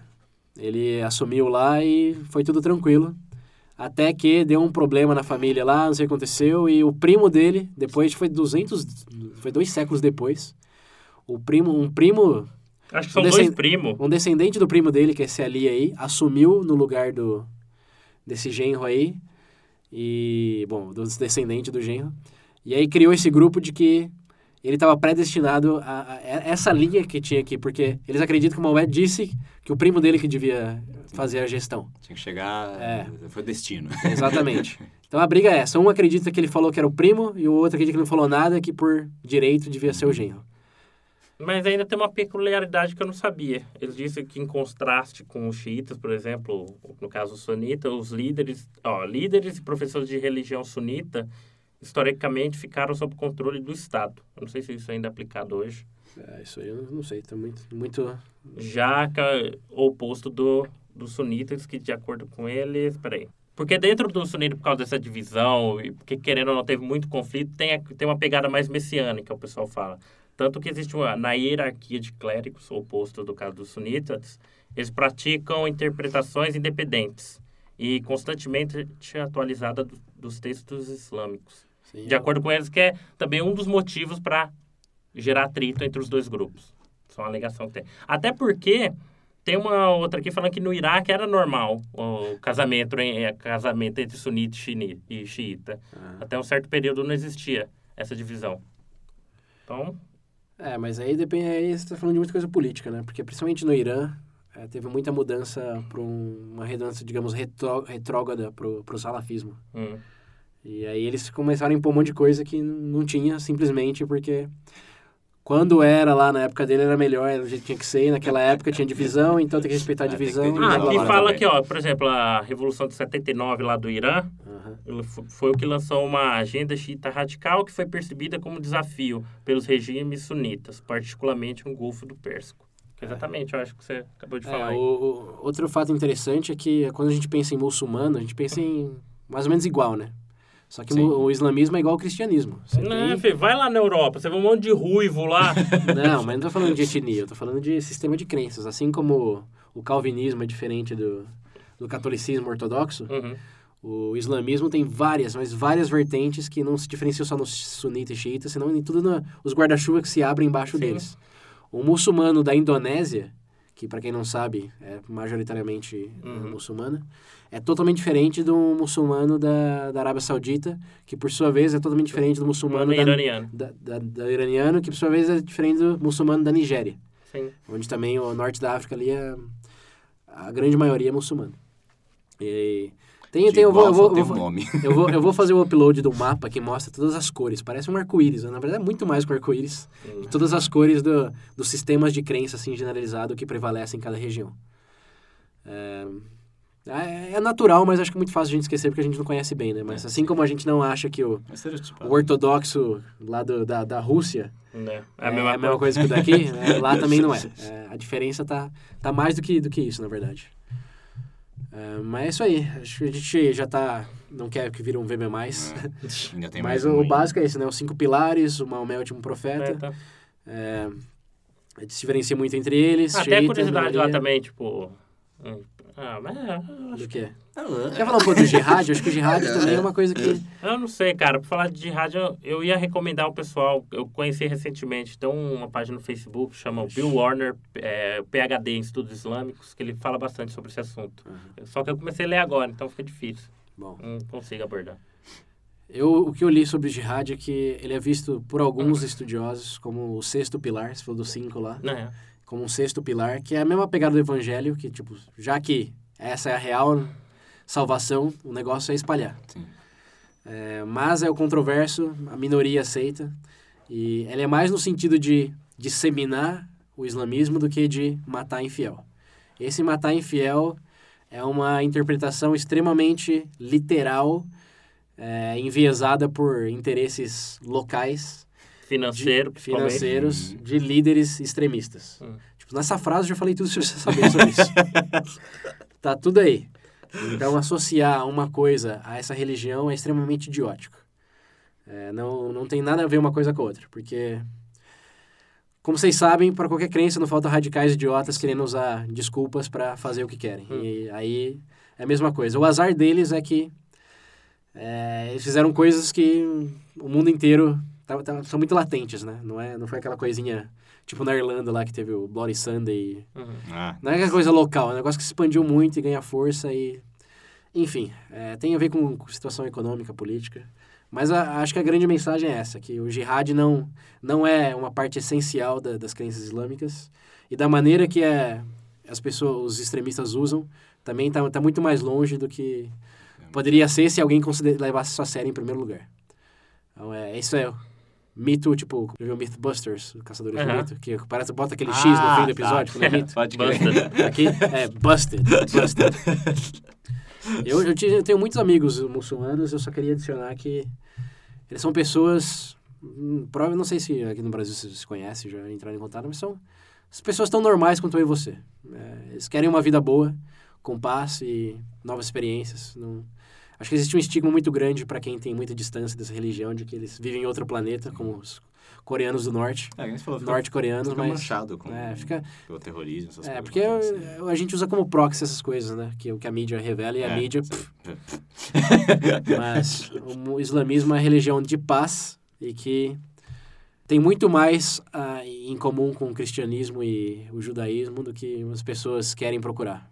Ele assumiu lá e foi tudo tranquilo. Até que deu um problema na família lá, não sei o que aconteceu, e o primo dele, depois foi 200, foi dois séculos depois, o primo, um primo,
Acho que são
Desse-
dois primos.
um descendente do primo dele, que é esse Ali aí, assumiu no lugar do desse genro aí, e, bom, dos descendentes do genro, e aí criou esse grupo de que ele estava predestinado a, a- a essa linha que tinha aqui, porque eles acreditam que Maomé disse que o primo dele que devia fazer a gestão.
Tinha que chegar.
É.
Foi destino.
Exatamente. Então a briga é essa. Um acredita que ele falou que era o primo e o outro acredita que não falou nada, que por direito devia ser o genro.
Mas ainda tem uma peculiaridade que eu não sabia. Ele disse que em contraste com os xiitas, por exemplo, no caso os sunita, os líderes, ó, líderes e professores de religião sunita historicamente ficaram sob controle do Estado. Eu não sei se isso ainda é aplicado hoje.
É, isso aí eu não sei, tá muito, muito...
Já ca- o oposto do, dos sunitas, que de acordo com eles... Peraí. Porque dentro do sunita, por causa dessa divisão, e porque querendo ou não teve muito conflito, tem, a- tem uma pegada mais messiânica, o pessoal fala. Tanto que existe uma, na hierarquia de clérigos, oposto do caso dos sunitas, eles praticam interpretações independentes e constantemente atualizada do- dos textos islâmicos.
Sim,
De acordo com eles, que é também um dos motivos para gerar atrito entre os dois grupos. Isso é uma alegação que tem. Até porque tem uma outra aqui falando que no Iraque era normal o casamento, em- eh, casamento entre sunita e xini- e xiita.
Ah.
Até um certo período não existia essa divisão. Então,
É, mas aí depende, aí você tá falando de muita coisa política, né? Porque principalmente no Irã, é, teve muita mudança para uma redança, digamos, retró, retrógrada pro, pro salafismo.
hum,
E aí eles começaram a impor um monte de coisa que n- não tinha, simplesmente porque quando era lá na época dele era melhor, era o jeito que tinha que ser, e naquela época tinha divisão, então tem que respeitar a
É, tem que ter
divisão. e
divisão.
Ah,
blá, blá,
aqui
blá.
fala
também.
que, ó, por exemplo, a Revolução de 79 lá do Irã
Aham.
ele fo- foi o que lançou uma agenda xiita radical que foi percebida como desafio pelos regimes sunitas, particularmente no Golfo do Pérsico. Exatamente, eu acho que você acabou de
É,
falar. aí.
o, o- outro fato interessante é que quando a gente pensa em muçulmano, a gente pensa em mais ou menos igual, né? Só que
Sim.
mu- o islamismo é igual ao cristianismo. Você
Não, é
tem-
filho, vai lá na Europa, você vê um monte de ruivo lá.
Não, mas não tô falando de etnia, eu tô falando de sistema de crenças. Assim como o calvinismo é diferente do, do catolicismo ortodoxo,
Uhum.
o islamismo tem várias, mas várias vertentes que não se diferenciam só no sunita e xiita, senão em tudo na, os guarda-chuva que se abrem embaixo
Sim.
deles. O muçulmano da Indonésia, que para quem não sabe é majoritariamente eh,
Uhum.
muçulmana, é totalmente diferente do muçulmano da, da Arábia Saudita, que por sua vez é totalmente diferente do muçulmano
Mano
da,
iraniano.
da, da, da iraniano, que por sua vez é diferente do muçulmano da Nigéria,
Sim.
onde também o norte da África ali é a grande maioria é muçulmana. E tem, tem, eu vou, eu
Igual, só
vou,
tem
eu
um
vou,
nome.
eu vou, eu vou fazer o upload do mapa que mostra todas as cores, parece um arco-íris, né? na verdade é muito mais que um arco-íris,
Hum.
todas as cores do, dos sistemas de crença assim generalizado que prevalecem em cada região. É, é- é natural, mas acho que é muito fácil a gente esquecer porque a gente não conhece bem, né? Mas assim como a gente não acha que o,
Mas estereotipado.
o ortodoxo lá do- da, da Rússia
Né?
é, a mesma coisa que o daqui, né? lá também não é. É, A diferença tá, tá mais do que, do que isso, na verdade. É, mas é isso aí. Acho que a gente já tá. Não quer que vira um VB. Mais,
Ainda tem
mas
mais um
o
aí.
básico é esse, né? Os cinco pilares, o Maomé é o último profeta.
Meta.
É, a gente se diferencia muito entre eles.
Até a
xiita,
curiosidade lá
minoria.
também, tipo. hum, Ah, mas eu acho
Do quê?
Ah,
Quer falar um pouco do jihad? Eu acho que o jihad também é uma coisa que.
Eu não sei, cara. Pra falar de rádio, eu- eu ia recomendar o pessoal. Eu conheci recentemente, tem uma página no Facebook, chama Bill Warner, é, PhD em Estudos Islâmicos, que ele fala bastante sobre esse assunto.
Uhum.
Só que eu comecei a ler agora, então fica difícil.
Bom,
Não consigo abordar.
eu, o que eu li sobre o jihad é que ele é visto por alguns estudiosos como o sexto pilar, se for dos cinco lá.
Né?
como um sexto pilar, que é a mesma pegada do evangelho, que, tipo, já que essa é a real salvação, o negócio é espalhar.
Sim.
É, mas é o controverso, a minoria aceita, e ela é mais no sentido de disseminar o islamismo do que de matar infiel. Esse matar infiel é uma interpretação extremamente literal, é, enviesada por interesses locais,
Financeiro,
de,
principalmente.
financeiros de líderes extremistas.
Hum.
Tipo, nessa frase eu já falei tudo que você sabia sobre isso. tá tudo aí. Então, associar uma coisa a essa religião é extremamente idiótico. É, não, não tem nada a ver uma coisa com a outra, porque... Como vocês sabem, para qualquer crença não falta radicais idiotas querendo usar desculpas para fazer o que querem.
Hum.
E aí é a mesma coisa. O azar deles é que é, eles fizeram coisas que o mundo inteiro tá- tá- são muito latentes, né? Não, é, não foi aquela coisinha tipo na Irlanda lá que teve o Bloody Sunday.
Uhum.
Ah,
Não é aquela coisa local, é um negócio que se expandiu muito e ganha força e. Enfim, é, tem a ver com situação econômica, política. Mas a- acho que a grande mensagem é essa, que o jihad não, não é uma parte essencial da- das crenças islâmicas. E da maneira que é, as pessoas, os extremistas usam, também está tá muito mais longe do que poderia ser se alguém consider- levasse isso a sério em primeiro lugar. Então, é, isso é o mito, tipo, já viu Mythbusters, o Caçador de
Aham.
Infinito, que parece bota aquele
Ah,
X no fim do
tá.
episódio, quando é mito.
Pode
Buster.
crer.
Aqui é busted, busted. Eu, eu, tive- eu tenho muitos amigos muçulmanos, eu só queria adicionar que eles são pessoas, hum, prova, não sei se aqui no Brasil vocês se conhecem, já entraram em contato, mas são as pessoas tão normais quanto eu e você. É, eles querem uma vida boa, com paz e novas experiências. Não- acho que existe um estigma muito grande para quem tem muita distância dessa religião, de que eles vivem em outro planeta, como os coreanos do norte,
É, alguém falou, fica,
norte-coreanos,
fica
mas...
manchado com
É, fica,
o terrorismo, essas
é,
coisas.
porque
acontecem.
eu- a gente usa como proxy essas coisas, né? Que o que a mídia revela e a
É,
mídia.
sim.
pff, mas o mu- islamismo é uma religião de paz e que tem muito mais ah, em comum com o cristianismo e o judaísmo do que as pessoas querem procurar.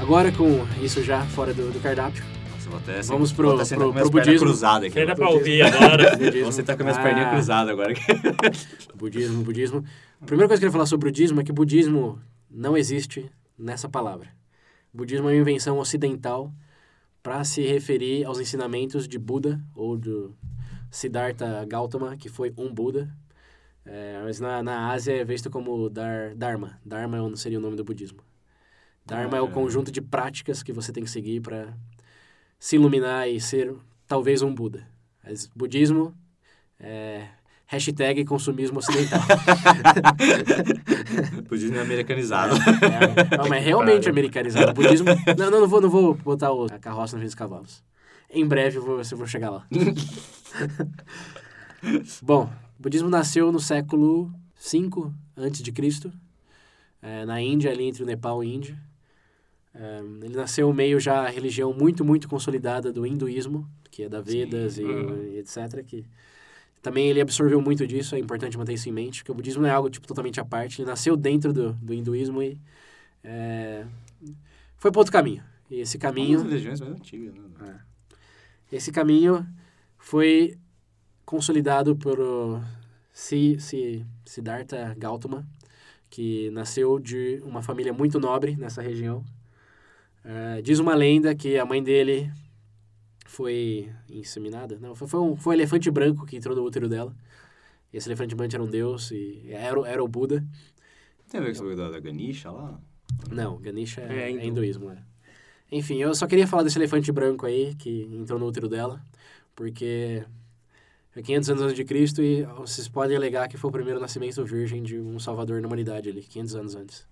Agora, com isso já fora do, do cardápio,
Nossa, eu vou até- assim,
Vamos pro-
vou até sentar
pro-
com minhas
pro
pernas
budismo.
cruzadas aqui.
Você dá
agora.
pra ouvir agora.
Vamos sentar tá com minhas
Ah.
perninhas cruzadas agora.
budismo, budismo. A primeira coisa que eu queria falar sobre o budismo é que budismo não existe nessa palavra. Budismo é uma invenção ocidental para se referir aos ensinamentos de Buda ou do Siddhartha Gautama, que foi um Buda. É, mas na, na Ásia é visto como dar, Dharma. Dharma é o- seria o nome do budismo. Dharma é o
Ah.
conjunto de práticas que você tem que seguir para se iluminar e ser talvez um Buda. Mas budismo é hashtag consumismo ocidental.
Budismo é americanizado.
É, não, mas realmente
Pariu.
americanizado. O budismo. Não, não, não vou, não vou botar o- a carroça na frente dos cavalos. Em breve eu vou, eu vou chegar lá. Bom, o budismo nasceu no século V antes de Cristo, é, na Índia, ali entre o Nepal e a Índia. É, ele nasceu meio já a religião muito, muito consolidada do hinduísmo, que é da Vedas e,
Uhum.
e etc. Que também ele absorveu muito disso, é importante manter isso em mente, porque o budismo não é algo tipo, totalmente à parte, ele nasceu dentro do, do hinduísmo e é, foi para outro caminho. E esse
Uma das
caminho,
religiões mais antigas, né?
esse caminho foi consolidado por si, si, Siddhartha Gautama, que nasceu de uma família muito nobre nessa região. É, diz uma lenda que a mãe dele foi inseminada. Não, foi, foi um, foi um elefante branco que entrou no útero dela. E esse elefante branco era um deus e era, o- era o Buda.
Tem a ver com o da Ganisha lá?
Não, Ganesha é,
É hindu.
é hinduísmo, é. Enfim, eu só queria falar desse elefante branco aí, que entrou no útero dela, porque foi 500 anos antes de Cristo e vocês podem alegar que foi o primeiro nascimento virgem de um salvador na humanidade ali, 500 anos antes.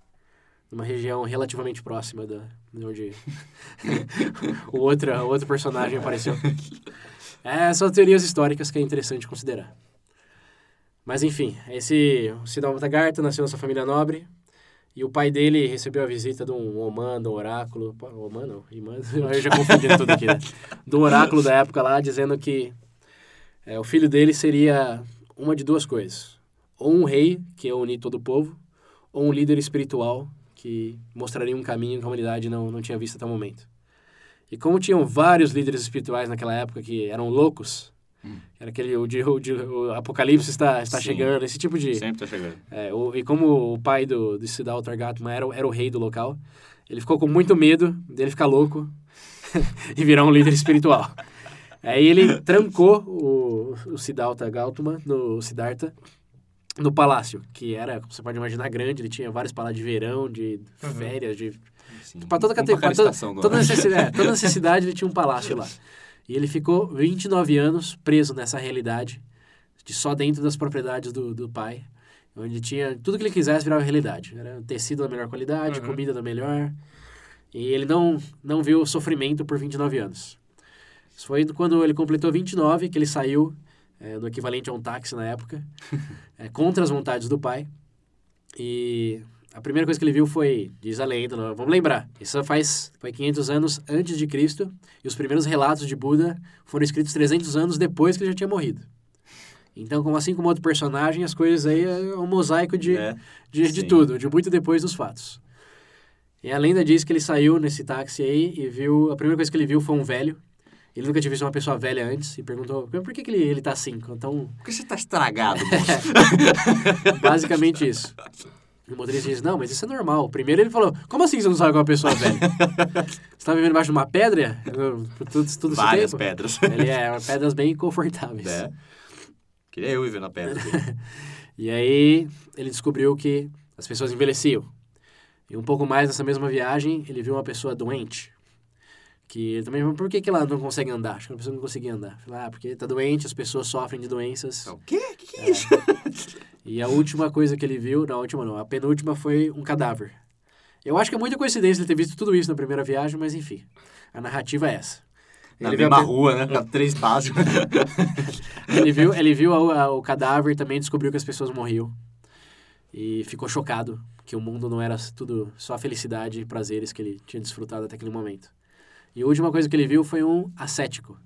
Numa região relativamente próxima da de onde o, outro, o outro personagem apareceu. É, são teorias históricas que é interessante considerar. Mas enfim, esse Siddhartha Garta nasceu nessa família nobre, e o pai dele recebeu a visita de um Oman, do oráculo. Pô, Oman não, imã. Eu já confundi tudo aqui, né? Do oráculo da época lá, dizendo que é, o filho dele seria uma de duas coisas. Ou um rei, que ia unir todo o povo, ou um líder espiritual, que mostraria um caminho que a humanidade não, não tinha visto até o momento. E como tinham vários líderes espirituais naquela época que eram loucos, era aquele, o, de- o, de- o apocalipse está, está
Hum. Sim.
chegando, esse tipo de...
Sempre tá chegando.
É, o- e como o pai do, do Siddhartha Gautama era, o- era o rei do local, ele ficou com muito medo dele ficar louco e virar um líder espiritual. Aí ele trancou o, o Siddhartha Gautama no Siddhartha no palácio, que era, como você pode imaginar, grande. Ele tinha vários palácios de verão, de férias, de
Sim.
Tipo, Pra toda
Um pra
categoria.
cada
pra toda-
estação do
toda
ano.
necessidade, toda necessidade ele tinha um palácio lá. E ele ficou 29 anos preso nessa realidade, de só dentro das propriedades do, do pai. Onde ele tinha tudo que ele quisesse virava realidade. Era um tecido da melhor qualidade,
Uhum.
comida da melhor. E ele não, não viu sofrimento por 29 anos. Isso foi quando ele completou 29 que ele saiu, é, no equivalente a um táxi na época, é, contra as vontades do pai. E a primeira coisa que ele viu foi, diz a lenda, não- vamos lembrar, isso faz foi 500 anos antes de Cristo, e os primeiros relatos de Buda foram escritos 300 anos depois que ele já tinha morrido. Então, como assim como outro personagem, as coisas aí é um mosaico de,
É.
de, de
Sim.
tudo, de muito depois dos fatos. E a lenda diz que ele saiu nesse táxi aí e viu. A primeira coisa que ele viu foi um velho. Ele nunca tinha visto uma pessoa velha antes e perguntou por que, que ele, ele tá assim, tão.
Por que você tá estragado, moço?
Basicamente isso. E o motorista diz, não, mas isso é normal. Primeiro ele falou, como assim você não sabe que é uma pessoa velha? Você tá vivendo embaixo de uma pedra? Por tudo, tudo esse
Várias
tempo?
pedras.
Ele é, eram pedras bem confortáveis.
É. Queria eu viver na pedra.
E aí ele descobriu que as pessoas envelheciam. E um pouco mais nessa mesma viagem, ele viu uma pessoa doente. Que ele também falou, por que, que ela não consegue andar? Acho que a pessoa não conseguia andar. Falei, ah, porque tá doente, as pessoas sofrem de doenças.
o quê? O que, que é isso?
E a última coisa que ele viu, não, a última não, a penúltima foi um cadáver. Eu acho que é muita coincidência ele ter visto tudo isso na primeira viagem, mas enfim, a narrativa é essa.
Na
viu a
mesma
pe-
rua, né? Tá três passos.
Ele viu, ele viu a- a- o cadáver e também descobriu que as pessoas morriam. E ficou chocado que o mundo não era tudo só felicidade e prazeres que ele tinha desfrutado até aquele momento. E a última coisa que ele viu foi um ascético,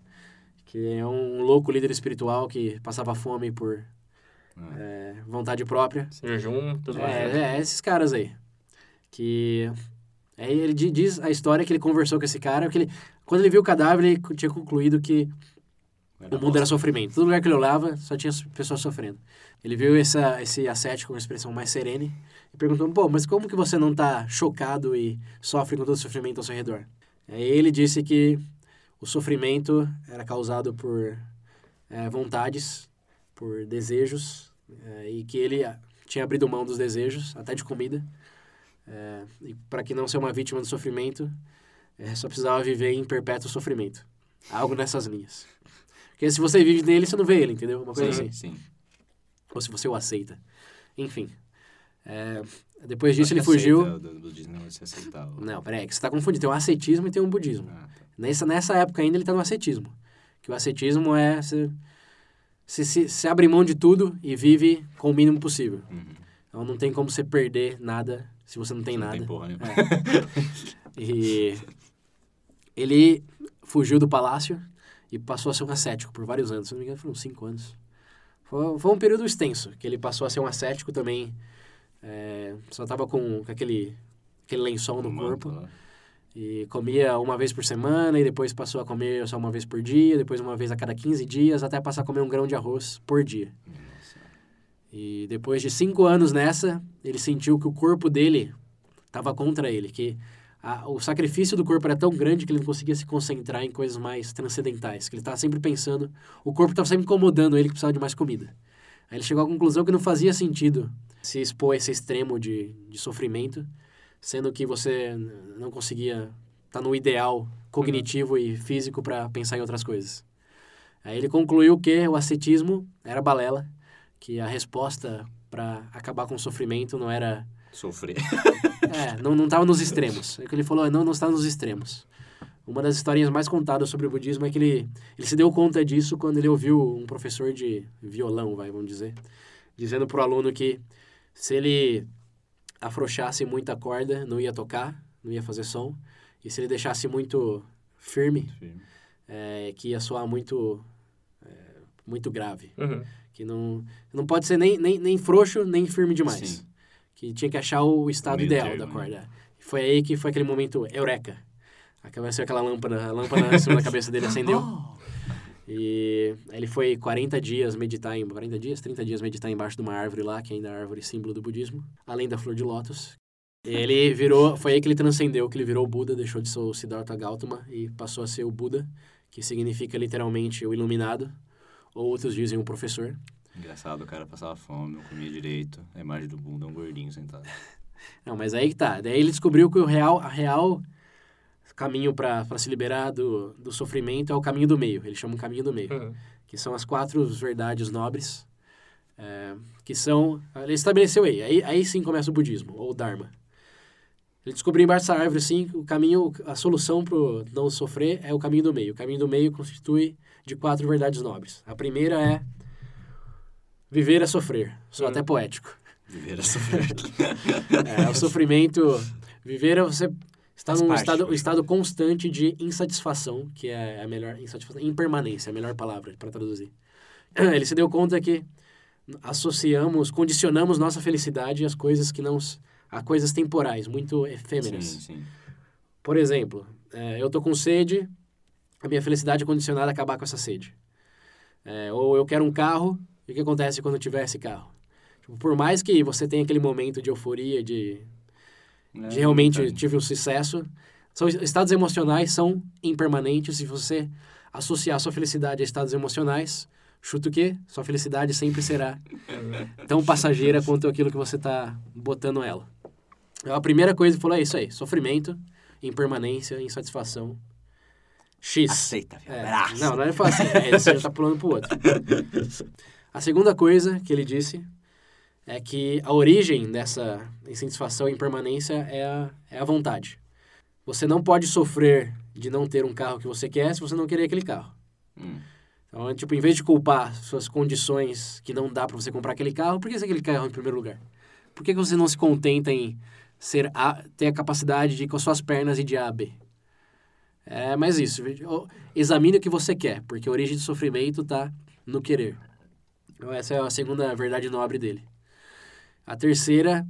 que é um louco líder espiritual que passava fome por
Ah.
eh, vontade própria.
Jejum, tudo mais.
É, é, esses caras aí. Que. Aí ele di- diz a história que ele conversou com esse cara, que ele, quando ele viu o cadáver, ele tinha concluído que o mundo era sofrimento. Todo lugar que ele olhava, só tinha s- pessoas sofrendo. Ele viu essa, esse ascético com uma expressão mais serene e perguntou, pô, mas como que você não tá chocado e sofre com todo o sofrimento ao seu redor? Aí ele disse que o sofrimento era causado por eh, vontades, por desejos, eh, e que ele ah, tinha abrido mão dos desejos, até de comida. eh, e para que não ser uma vítima do sofrimento, eh, só precisava viver em perpétuo sofrimento. Algo nessas linhas. Porque se você vive nele, você não vê ele, entendeu? Uma coisa assim
Sim, sim.
ou se você o aceita. Enfim. É, depois disso ele fugiu.
Aceita, do- do Disney, mas você aceita o-
Não, peraí, que você tá confundindo. Tem um ascetismo e tem um budismo.
Ah, tá.
Nessa, nessa época ainda ele tá no ascetismo. Que o ascetismo é você se, se, se abre mão de tudo e vive com o mínimo possível.
Uhum.
Então não tem como você perder nada se você não tem
Não
nada. É.
tem porra nenhuma.
E ele fugiu do palácio e passou a ser um ascético por vários anos. Se não me engano, foram cinco anos. Foi, foi um período extenso que ele passou a ser um ascético também. É, só tava com, com aquele, aquele lençol no
Um
corpo.
manto lá.
E comia uma vez por semana e depois passou a comer só uma vez por dia, depois uma vez a cada 15 dias, até passar a comer um grão de arroz por dia.
Nossa.
E depois de cinco anos nessa, ele sentiu que o corpo dele estava contra ele, que a- o sacrifício do corpo era tão grande que ele não conseguia se concentrar em coisas mais transcendentais, que ele estava sempre pensando, o corpo estava sempre incomodando ele que precisava de mais comida. Aí ele chegou à conclusão que não fazia sentido se expor a esse extremo de, de sofrimento, sendo que você n- não conseguia estar no ideal cognitivo e físico para pensar em outras coisas. Aí ele concluiu que o ascetismo era balela, que a resposta para acabar com o sofrimento não era.
Sofrer.
É, não, não tava nos extremos. É que ele falou, não, não está nos extremos. Uma das historinhas mais contadas sobre o budismo é que ele, ele se deu conta disso quando ele ouviu um professor de violão, vai, vamos dizer, dizendo pro aluno que se ele afrouxasse muito a corda, não ia tocar, não ia fazer som, e se ele deixasse muito firme, é, que ia soar muito, é, muito grave.
Uhum.
Que não, não pode ser nem, nem, nem frouxo, nem firme demais.
Sim.
Que tinha que achar o estado
Meio
ideal
termo,
da
né?
corda. E foi aí que foi aquele momento eureka. Aquela, assim, aquela lâmpada, a lâmpada em cima da cabeça dele acendeu.
Oh!
E aí ele foi 40 dias meditar em 40 dias, 30 dias meditar embaixo de uma árvore lá, que ainda é a árvore símbolo do budismo, além da flor de lótus. E ele virou, foi aí que ele transcendeu, que ele virou o Buda, deixou de ser o Siddhartha Gautama e passou a ser o Buda, que significa literalmente o iluminado, ou outros dizem o professor.
Engraçado, o cara passava fome, não comia direito. A imagem do bunda é um gordinho sentado.
Não, mas aí que tá. Daí ele descobriu que o real, a real caminho para se liberar do, do sofrimento é o caminho do meio. Ele chama o caminho do meio,
Uhum.
que são as quatro verdades nobres, é, que são... Ele estabeleceu aí, aí. Aí sim começa o budismo, ou o dharma. Ele descobriu embaixo dessa árvore, sim, o caminho, a solução para não sofrer é o caminho do meio. O caminho do meio constitui de quatro verdades nobres. A primeira é viver é sofrer. Sou
Hum.
até poético.
Viver a sofrer.
É, o sofrimento. Viver é você estar
Faz
num
parte,
estado, um
né?
estado constante de insatisfação, que é a melhor. Insatisfação, impermanência, é a melhor palavra para traduzir. Ele se deu conta que associamos, condicionamos nossa felicidade às coisas que não s- a coisas temporais, muito efêmeras.
Sim, sim.
Por exemplo, é, eu tô com sede, a minha felicidade é condicionada a acabar com essa sede. É, ou eu quero um carro, e o que acontece quando eu tiver esse carro? Tipo, por mais que você tenha aquele momento de euforia, de,
É,
de realmente
verdade.
tive um sucesso, são estados emocionais são impermanentes. Se você associar sua felicidade a estados emocionais, chuta o quê? Sua felicidade sempre será tão passageira quanto aquilo que você está botando ela. Então, a primeira coisa que falou é isso aí: sofrimento, impermanência, insatisfação. X.
Aceita, viu?
É,
um Abraço.
não, não é fácil. É, você já tá pulando pro outro. A segunda coisa que ele disse é que a origem dessa insatisfação e impermanência é a, é a vontade. Você não pode sofrer de não ter um carro que você quer se você não querer aquele carro.
Hum.
Então, é, tipo, em vez de culpar suas condições que não dá para você comprar aquele carro, por que você quer aquele carro em primeiro lugar? Por que, que você não se contenta em ser a, ter a capacidade de ir com as suas pernas e de A a B? É, mas isso, vi- o- examine o que você quer, porque a origem do sofrimento tá no querer. Então, essa é a segunda verdade nobre dele. A terceira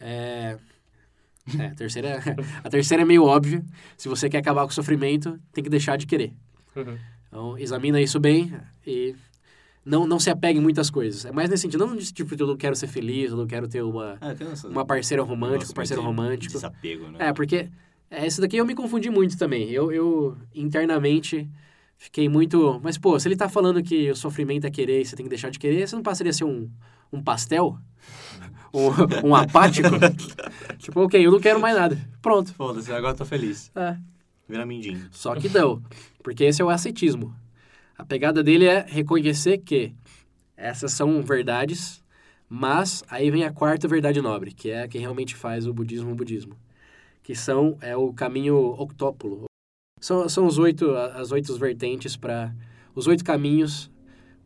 é... É, a terceira, a terceira é meio óbvia. Se você quer acabar com o sofrimento, tem que deixar de querer.
Uhum.
Então, examina isso bem e não, não se apegue em muitas coisas. É mais nesse sentido, não desse tipo de eu não quero ser feliz, eu não quero ter uma,
É, tem essa-
uma parceira romântica,
Nossa,
um parceiro
meio de-
romântico.
Desapego, né?
É, porque é, isso daqui eu me confundi muito também. Eu, eu internamente fiquei muito. Mas, pô, se ele tá falando que o sofrimento é querer e você tem que deixar de querer, você não passaria a ser um, um pastel? um, um apático? tipo, ok, eu não quero mais nada. Pronto.
Foda-se, agora eu tô feliz.
É.
Vira mindinho.
Só que não, porque esse é o ascetismo. A pegada dele é reconhecer que essas são verdades, mas aí vem a quarta verdade nobre, que é a que realmente faz o budismo o budismo, que são é o caminho octópulo. São, são os oito a- as oito vertentes para os oito caminhos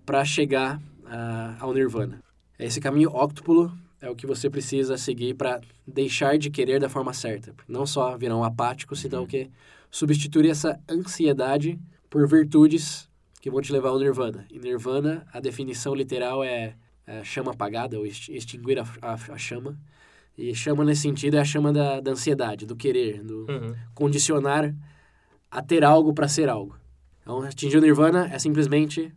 para chegar ah, ao nirvana. É Esse caminho octópulo é o que você precisa seguir para deixar de querer da forma certa, não só virar um apático, senão que substituir essa ansiedade por virtudes que vão te levar ao nirvana. E nirvana, a definição literal é, é chama apagada, ou ex- extinguir a, a- a chama. E chama nesse sentido é a chama da, da ansiedade, do querer, do
Uhum.
condicionar a ter algo para ser algo. Então, atingir o nirvana é simplesmente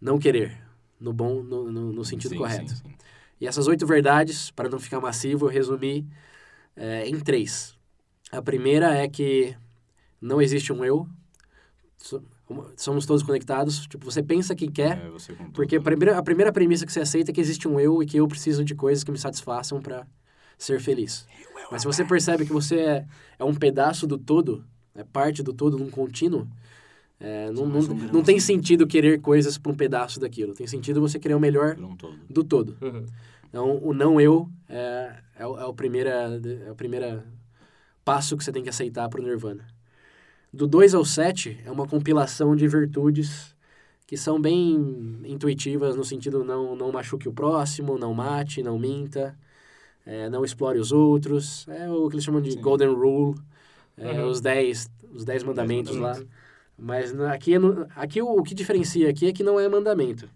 não querer, no bom, no, no- no sentido
Sim,
correto.
sim, sim.
E essas oito verdades, para não ficar massivo, eu resumi é, em três. A primeira é que não existe um eu, so- um- somos todos conectados. Tipo, você pensa que quer,
É, você com
porque a
tudo.
primeira, a primeira premissa que você aceita é que existe um eu e que eu preciso de coisas que me satisfaçam para ser feliz. Mas se você percebe que você é, é um pedaço do todo, é parte do todo, num contínuo, é, não, não,
Mais um grão.
não tem sentido querer coisas para um pedaço daquilo. Tem sentido você querer o melhor
Por um todo.
do todo.
Uhum.
Então, o não eu é, é, o, é, o primeira, é o primeira passo que você tem que aceitar para o Nirvana. Do 2 ao 7 é uma compilação de virtudes que são bem intuitivas no sentido não, não machuque o próximo, não mate, não minta, é, não explore os outros. É o que eles chamam de
Sim.
Golden Rule, é,
Uhum.
os 10 os dez mandamentos lá.
mandamentos.
Mas na- aqui, é no- aqui o, o que diferencia aqui é que não é mandamento.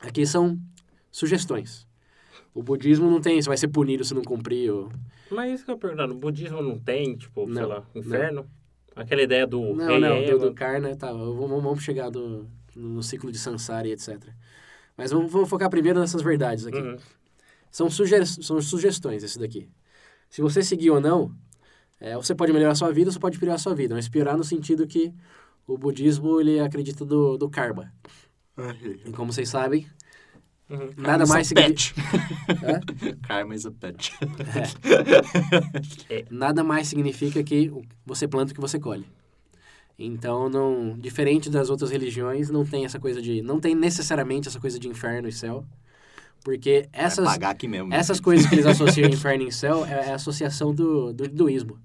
Aqui são sugestões. O budismo não tem, você vai ser punido se não cumprir. Ou...
Mas isso que eu ia perguntar, no budismo não tem, tipo, sei
Não,
lá, inferno? Aquela ideia do
Não,
rei
não,
Eva.
do, do karna, tá, vamos, vamos chegar do, no ciclo de samsara e etc. Mas vamos, vamos focar primeiro nessas verdades aqui.
Uhum.
São, suge são sugestões esse daqui. Se você seguir ou não, é, você pode melhorar a sua vida ou você pode piorar a sua vida. Mas piorar no sentido que o budismo, ele acredita do, do karma. E como vocês sabem,
Uhum.
nada
Karma
mais
is a
significa... É?
pet. Karma is a pet.
nada mais significa que o- você planta o que você colhe. Então, não, diferente das outras religiões, não tem essa coisa de, não tem necessariamente essa coisa de inferno e céu, porque
Vai
essas
pagar aqui mesmo.
essas coisas que eles associam inferno e céu é, é a associação do, do hinduísmo.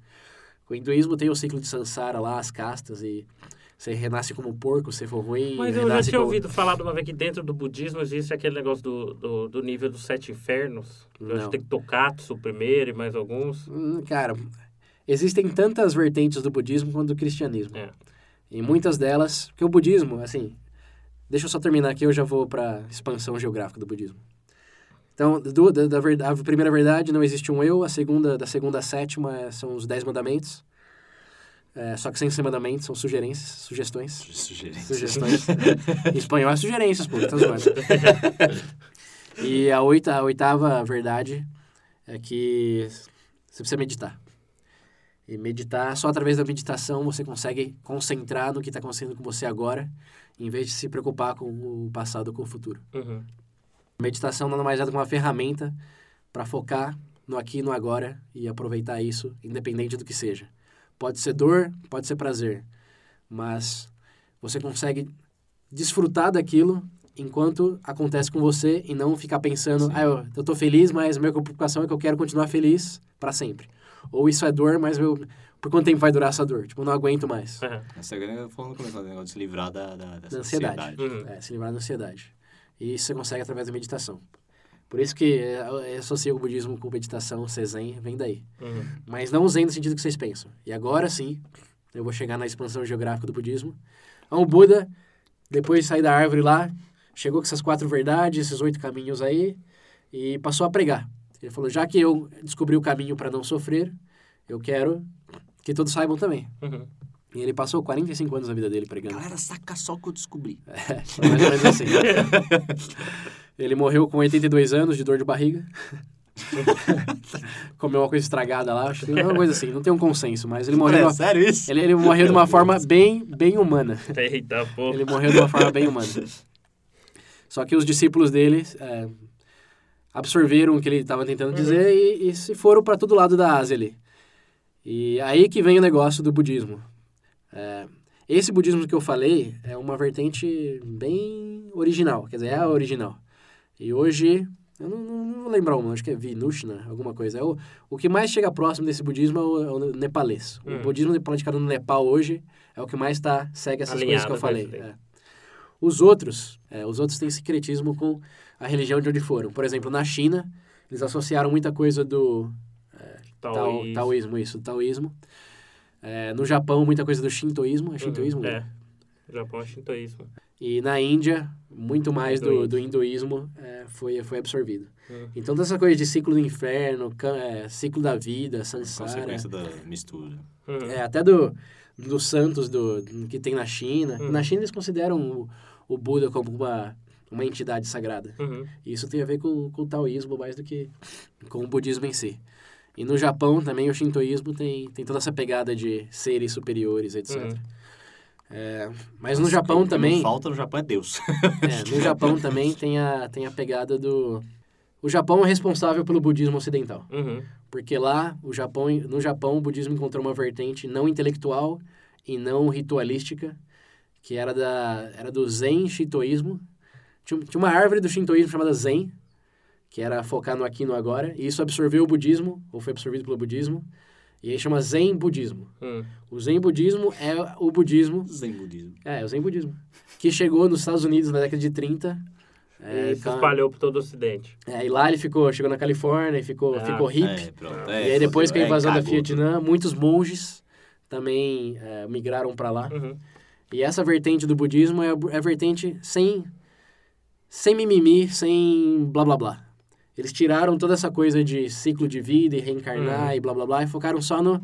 O hinduísmo tem o ciclo de samsara lá, as castas e você renasce como um porco, você for ruim,
Mas eu já
renasce
tinha
como-
ouvido falar de uma vez que dentro do budismo existe aquele negócio do, do, do nível dos sete infernos. Eu acho
Não.
que tem Tokatsu primeiro e mais alguns.
Hum, Cara, existem tantas vertentes do budismo quanto do cristianismo.
É.
E muitas delas, porque o budismo, assim, deixa eu só terminar aqui, eu já vou para expansão geográfica do budismo. Então, do, da, da verda- a primeira verdade, não existe um eu. A segunda, da segunda à sétima, é- são os dez mandamentos. É, só que sem ser mandamentos, são sugerências, sugestões.
Sugerência.
Sugestões. em espanhol é sugerências, pô. Tá zoando. e a, oita, a oitava verdade é que você precisa meditar. E meditar, só através da meditação você consegue concentrar no que está acontecendo com você agora, em vez de se preocupar com o passado ou com o futuro.
Uhum.
Meditação nada mais é do que uma ferramenta para focar no aqui e no agora e aproveitar isso, independente do que seja. Pode ser dor, pode ser prazer, mas você consegue desfrutar daquilo enquanto acontece com você e não ficar pensando, ah, eu, eu tô feliz, mas minha preocupação é que eu quero continuar feliz para sempre. Ou isso é dor, mas meu, por quanto tempo vai durar essa dor? Tipo, eu não aguento mais.
Aham.
Essa grande falando como é negócio de se livrar da, da, dessa
Da ansiedade.
Uhum.
É, se livrar da ansiedade. E isso você consegue através da meditação. Por isso que é, eu associo o budismo com meditação, ser zen, vem daí.
Uhum.
Mas não zen no sentido que vocês pensam. E agora sim, eu vou chegar na expansão geográfica do budismo. Então, o Buda, depois de sair da árvore lá, chegou com essas quatro verdades, esses oito caminhos aí, e passou a pregar. Ele falou, já que eu descobri o caminho para não sofrer, eu quero que todos saibam também.
Uhum.
E ele passou 45 anos da vida dele pregando.
Galera, saca só o que eu descobri.
Foi mais ou menos assim. Ele morreu com 82 anos de dor de barriga. Comeu uma coisa estragada lá, acho que uma coisa assim, não tem um consenso, mas ele morreu, de
Cara,
uma-
sério isso?
ele, ele morreu de uma forma bem, bem humana.
Eita, pô.
Ele morreu de uma forma bem humana. Só que os discípulos dele é, absorveram o que ele estava tentando dizer e, e se foram para todo lado da Ásia ali. E aí que vem o negócio do budismo. É, esse budismo que eu falei é uma vertente bem original, quer dizer, é a original. E hoje, eu não, não- não vou lembrar uma, acho que é Vinushna, alguma coisa. É o, o que mais chega próximo desse budismo é o, é o nepalês. O
Hum.
budismo praticado no Nepal hoje é o que mais tá, segue essas
Alinhado
coisas
com
que eu
esse
falei.
daí.
é. Os outros, é, os outros têm secretismo com a religião de onde foram. Por exemplo, na China, eles associaram muita coisa do tao,
Taoísmo.
taoísmo, isso, do taoísmo. É, no Japão, muita coisa do shintoísmo, é shintoísmo,
Uhum.
né?
É. Japão é shintoísmo.
E na Índia, muito mais do,
Hinduísmo.
do hinduísmo é, foi, foi absorvido.
Hum.
Então, dessa coisa de ciclo do inferno, can- é, ciclo da vida, samsara,
Consequência da mistura.
Uhum.
é, até do, dos santos do, que tem na China.
Hum.
Na China, eles consideram o, o Buda como uma, uma entidade sagrada.
Uhum.
E Isso tem a ver com, com o taoísmo mais do que com o budismo em si. E no Japão também o shintoísmo tem, tem toda essa pegada de seres superiores, etc.
Uhum.
Mas no Japão
O que
também.
não falta no Japão é Deus.
É, no Japão também tem a, tem a pegada do. O Japão é responsável pelo budismo ocidental.
Uhum.
Porque lá, o Japão, no Japão, o budismo encontrou uma vertente não intelectual e não ritualística, que era, da, era do Zen Shintoísmo. Tinha, tinha uma árvore do Shintoísmo chamada Zen, que era focar no aqui e no agora, e isso absorveu o budismo, ou foi absorvido pelo budismo, e aí chama Zen Budismo.
Uhum.
O Zen Budismo é o budismo
Zen budismo.
é, o Zen Budismo. Que chegou nos Estados Unidos na década de 30.
E
É,
se
ca-
espalhou por todo o ocidente.
é, e lá ele ficou, chegou na Califórnia e ficou,
Ah,
ficou hippie.
É, né? pronto.
e aí depois que a né? invasão da
Fiat
Vietnã, muitos monges também é, migraram para lá.
Uhum.
E essa vertente do budismo é a bu- é a vertente sem, sem mimimi, sem blá blá blá. Eles tiraram toda essa coisa de ciclo de vida e reencarnar
Uhum.
e blá blá blá e focaram só no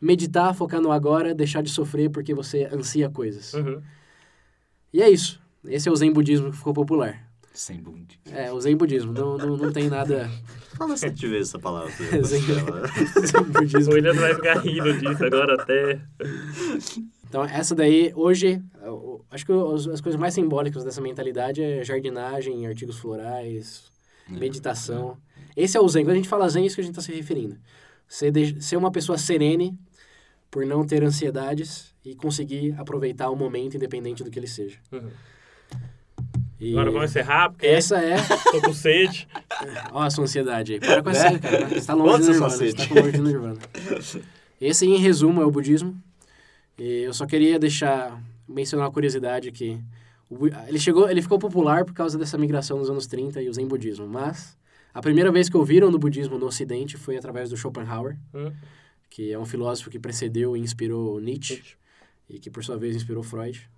meditar, focar no agora, deixar de sofrer porque você ansia coisas.
Uhum.
E é isso. Esse é o Zen budismo que ficou popular.
Sem bund.
É, o Zen budismo. Não, não, não tem nada
Fala assim. sete vezes essa palavra.
Zen. Zen
O
budismo.
William vai ficar rindo disso agora até.
Então, essa daí, hoje, eu- eu acho que os- as coisas mais simbólicas dessa mentalidade é jardinagem, artigos florais,
Uhum.
meditação. Esse é o Zen. Quando a gente fala Zen, é isso que a gente está se referindo. Ser, de- ser uma pessoa serene por não ter ansiedades e conseguir aproveitar o momento independente do que ele seja.
Uhum.
E
Agora vamos encerrar, porque
essa é...
tô com sede.
Ó, a sua ansiedade aí. Para com essa,
Né?
cara. Você tá longe
Outra
do Nirvana. Você
sacete.
tá com longe do Nirvana. Esse, em resumo, é o budismo. E eu só queria deixar, mencionar uma curiosidade que o bu- ele chegou, ele ficou popular por causa dessa migração nos anos 30 e o zen budismo, mas a primeira vez que ouviram do budismo no ocidente foi através do Schopenhauer,
Hum.
Uhum.
que é um filósofo que precedeu e inspirou Nietzsche e que por sua vez inspirou Freud.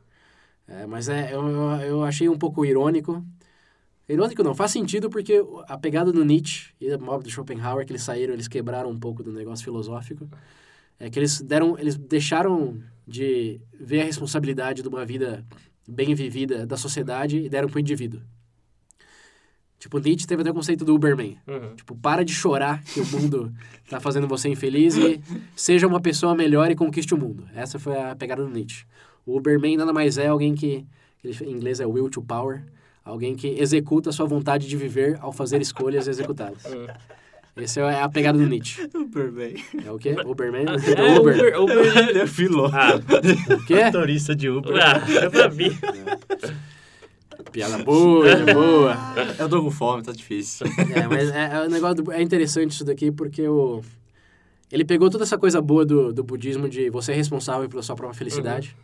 É, mas é, eu, eu, eu achei um pouco irônico. É Irônico não, faz sentido porque a pegada do Nietzsche e da obra do Schopenhauer, que eles saíram, eles quebraram um pouco do negócio filosófico, é que eles deram, eles deixaram de ver a responsabilidade de uma vida bem vivida da sociedade e deram pro indivíduo. Tipo, Nietzsche teve até o conceito do Uberman.
Uhum.
Tipo, para de chorar que o mundo tá fazendo você infeliz e seja uma pessoa melhor e conquiste o mundo. Essa foi a pegada do Nietzsche. O Uberman nada mais é alguém que, ele- em inglês é will to power, alguém que executa a sua vontade de viver ao fazer escolhas e executá-las. Essa é a pegada do Nietzsche.
Uber, bem.
É o quê? Uberman?
É,
Uber.
Uber, Uber.
Ele é piloto.
Ah,
O quê?
Motorista de Uber.
ah, eu sabia.
Piada boa, é boa.
Eu tô com fome, tá difícil.
É, mas é, é um negócio do- é interessante isso daqui porque o, ele pegou toda essa coisa boa do, do budismo de você é responsável pela sua própria felicidade.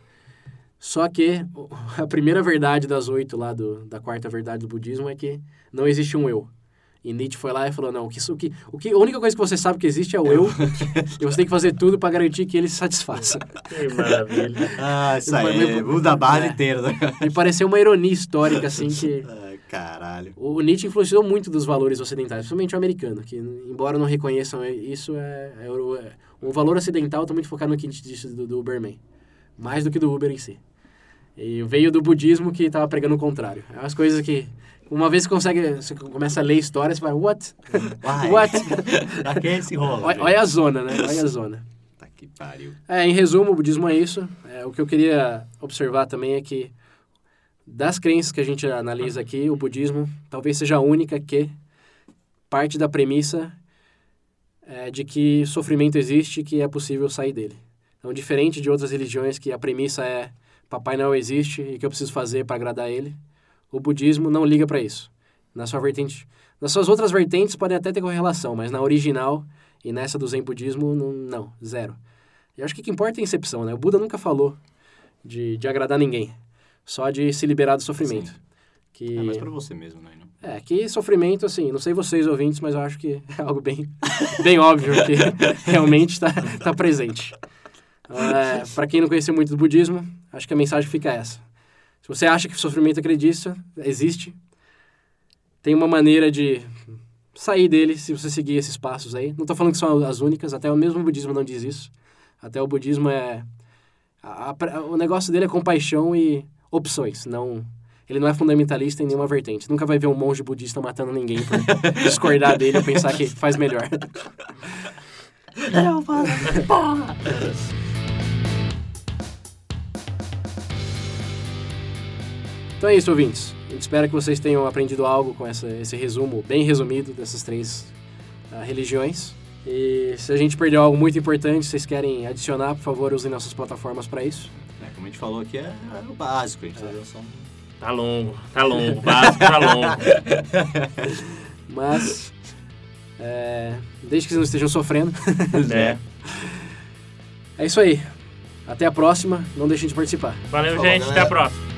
Só que o- a primeira verdade das oito lá, do, da quarta verdade do budismo, é que não existe um eu. E Nietzsche foi lá e falou, não, o que, isso- o que, o que, a única coisa que você sabe que existe é o eu, e você tem que fazer tudo para garantir que ele se satisfaça.
Que maravilha.
Ah, isso
Mas-
aí.
mas-
Muda a base
É.
inteira. né?
Me pareceu uma ironia histórica, assim, que
Ai, Caralho.
O Nietzsche influenciou muito dos valores ocidentais, principalmente o americano, que embora não reconheçam isso, é, é o- é- o valor ocidental está muito focado no que a gente disse do, do Uberman, mais do que do Uber em si. E veio do budismo que estava pregando o contrário. É umas coisas que, uma vez que consegue, você começa a ler história, você fala, what?
Uai.
What?
Pra que esse rolo?
Olha, olha a zona, né? Olha a zona.
Tá que pariu.
É, em resumo, o budismo é isso. É, o que eu queria observar também é que das crenças que a gente analisa aqui, o budismo talvez seja a única que parte da premissa é, de que sofrimento existe e que é possível sair dele. Então, diferente de outras religiões que a premissa é Papai Noel existe e o que eu preciso fazer para agradar ele, o budismo não liga para isso. Na sua vertente, nas suas outras vertentes podem até ter correlação, mas na original e nessa do Zen budismo não, não zero. Eu acho que o que importa é a incepção, né? O Buda nunca falou de, de agradar ninguém, só de se liberar do sofrimento. Que...
É, mas pra você mesmo, né? Não.
É, que sofrimento, assim, não sei vocês ouvintes, mas eu acho que é algo bem, bem óbvio que realmente está tá presente. É, para quem não conheceu muito do budismo, acho que a mensagem fica essa. Se você acha que sofrimento acredita, existe, tem uma maneira de sair dele se você seguir esses passos aí. Não tô falando que são as únicas, até o mesmo budismo não diz isso. Até o budismo é... a- a- o negócio dele é compaixão e opções, não ele não é fundamentalista em nenhuma vertente. Nunca vai ver um monge budista matando ninguém por discordar dele ou pensar que faz melhor.
Eu falo, porra!
Então é isso, ouvintes. A gente espera que vocês tenham aprendido algo com essa- esse resumo bem resumido dessas três ah, religiões. E se a gente perdeu algo muito importante, vocês querem adicionar, por favor, usem nossas plataformas para isso.
É, como a gente falou aqui, é, é o básico. A gente tá dando só um-
Tá longo, tá longo. O básico tá longo.
Mas, é, desde que vocês não estejam sofrendo,
né?
é isso aí. Até a próxima. Não deixem de participar.
Valeu,
Falou,
gente. Até
galera.
a próxima.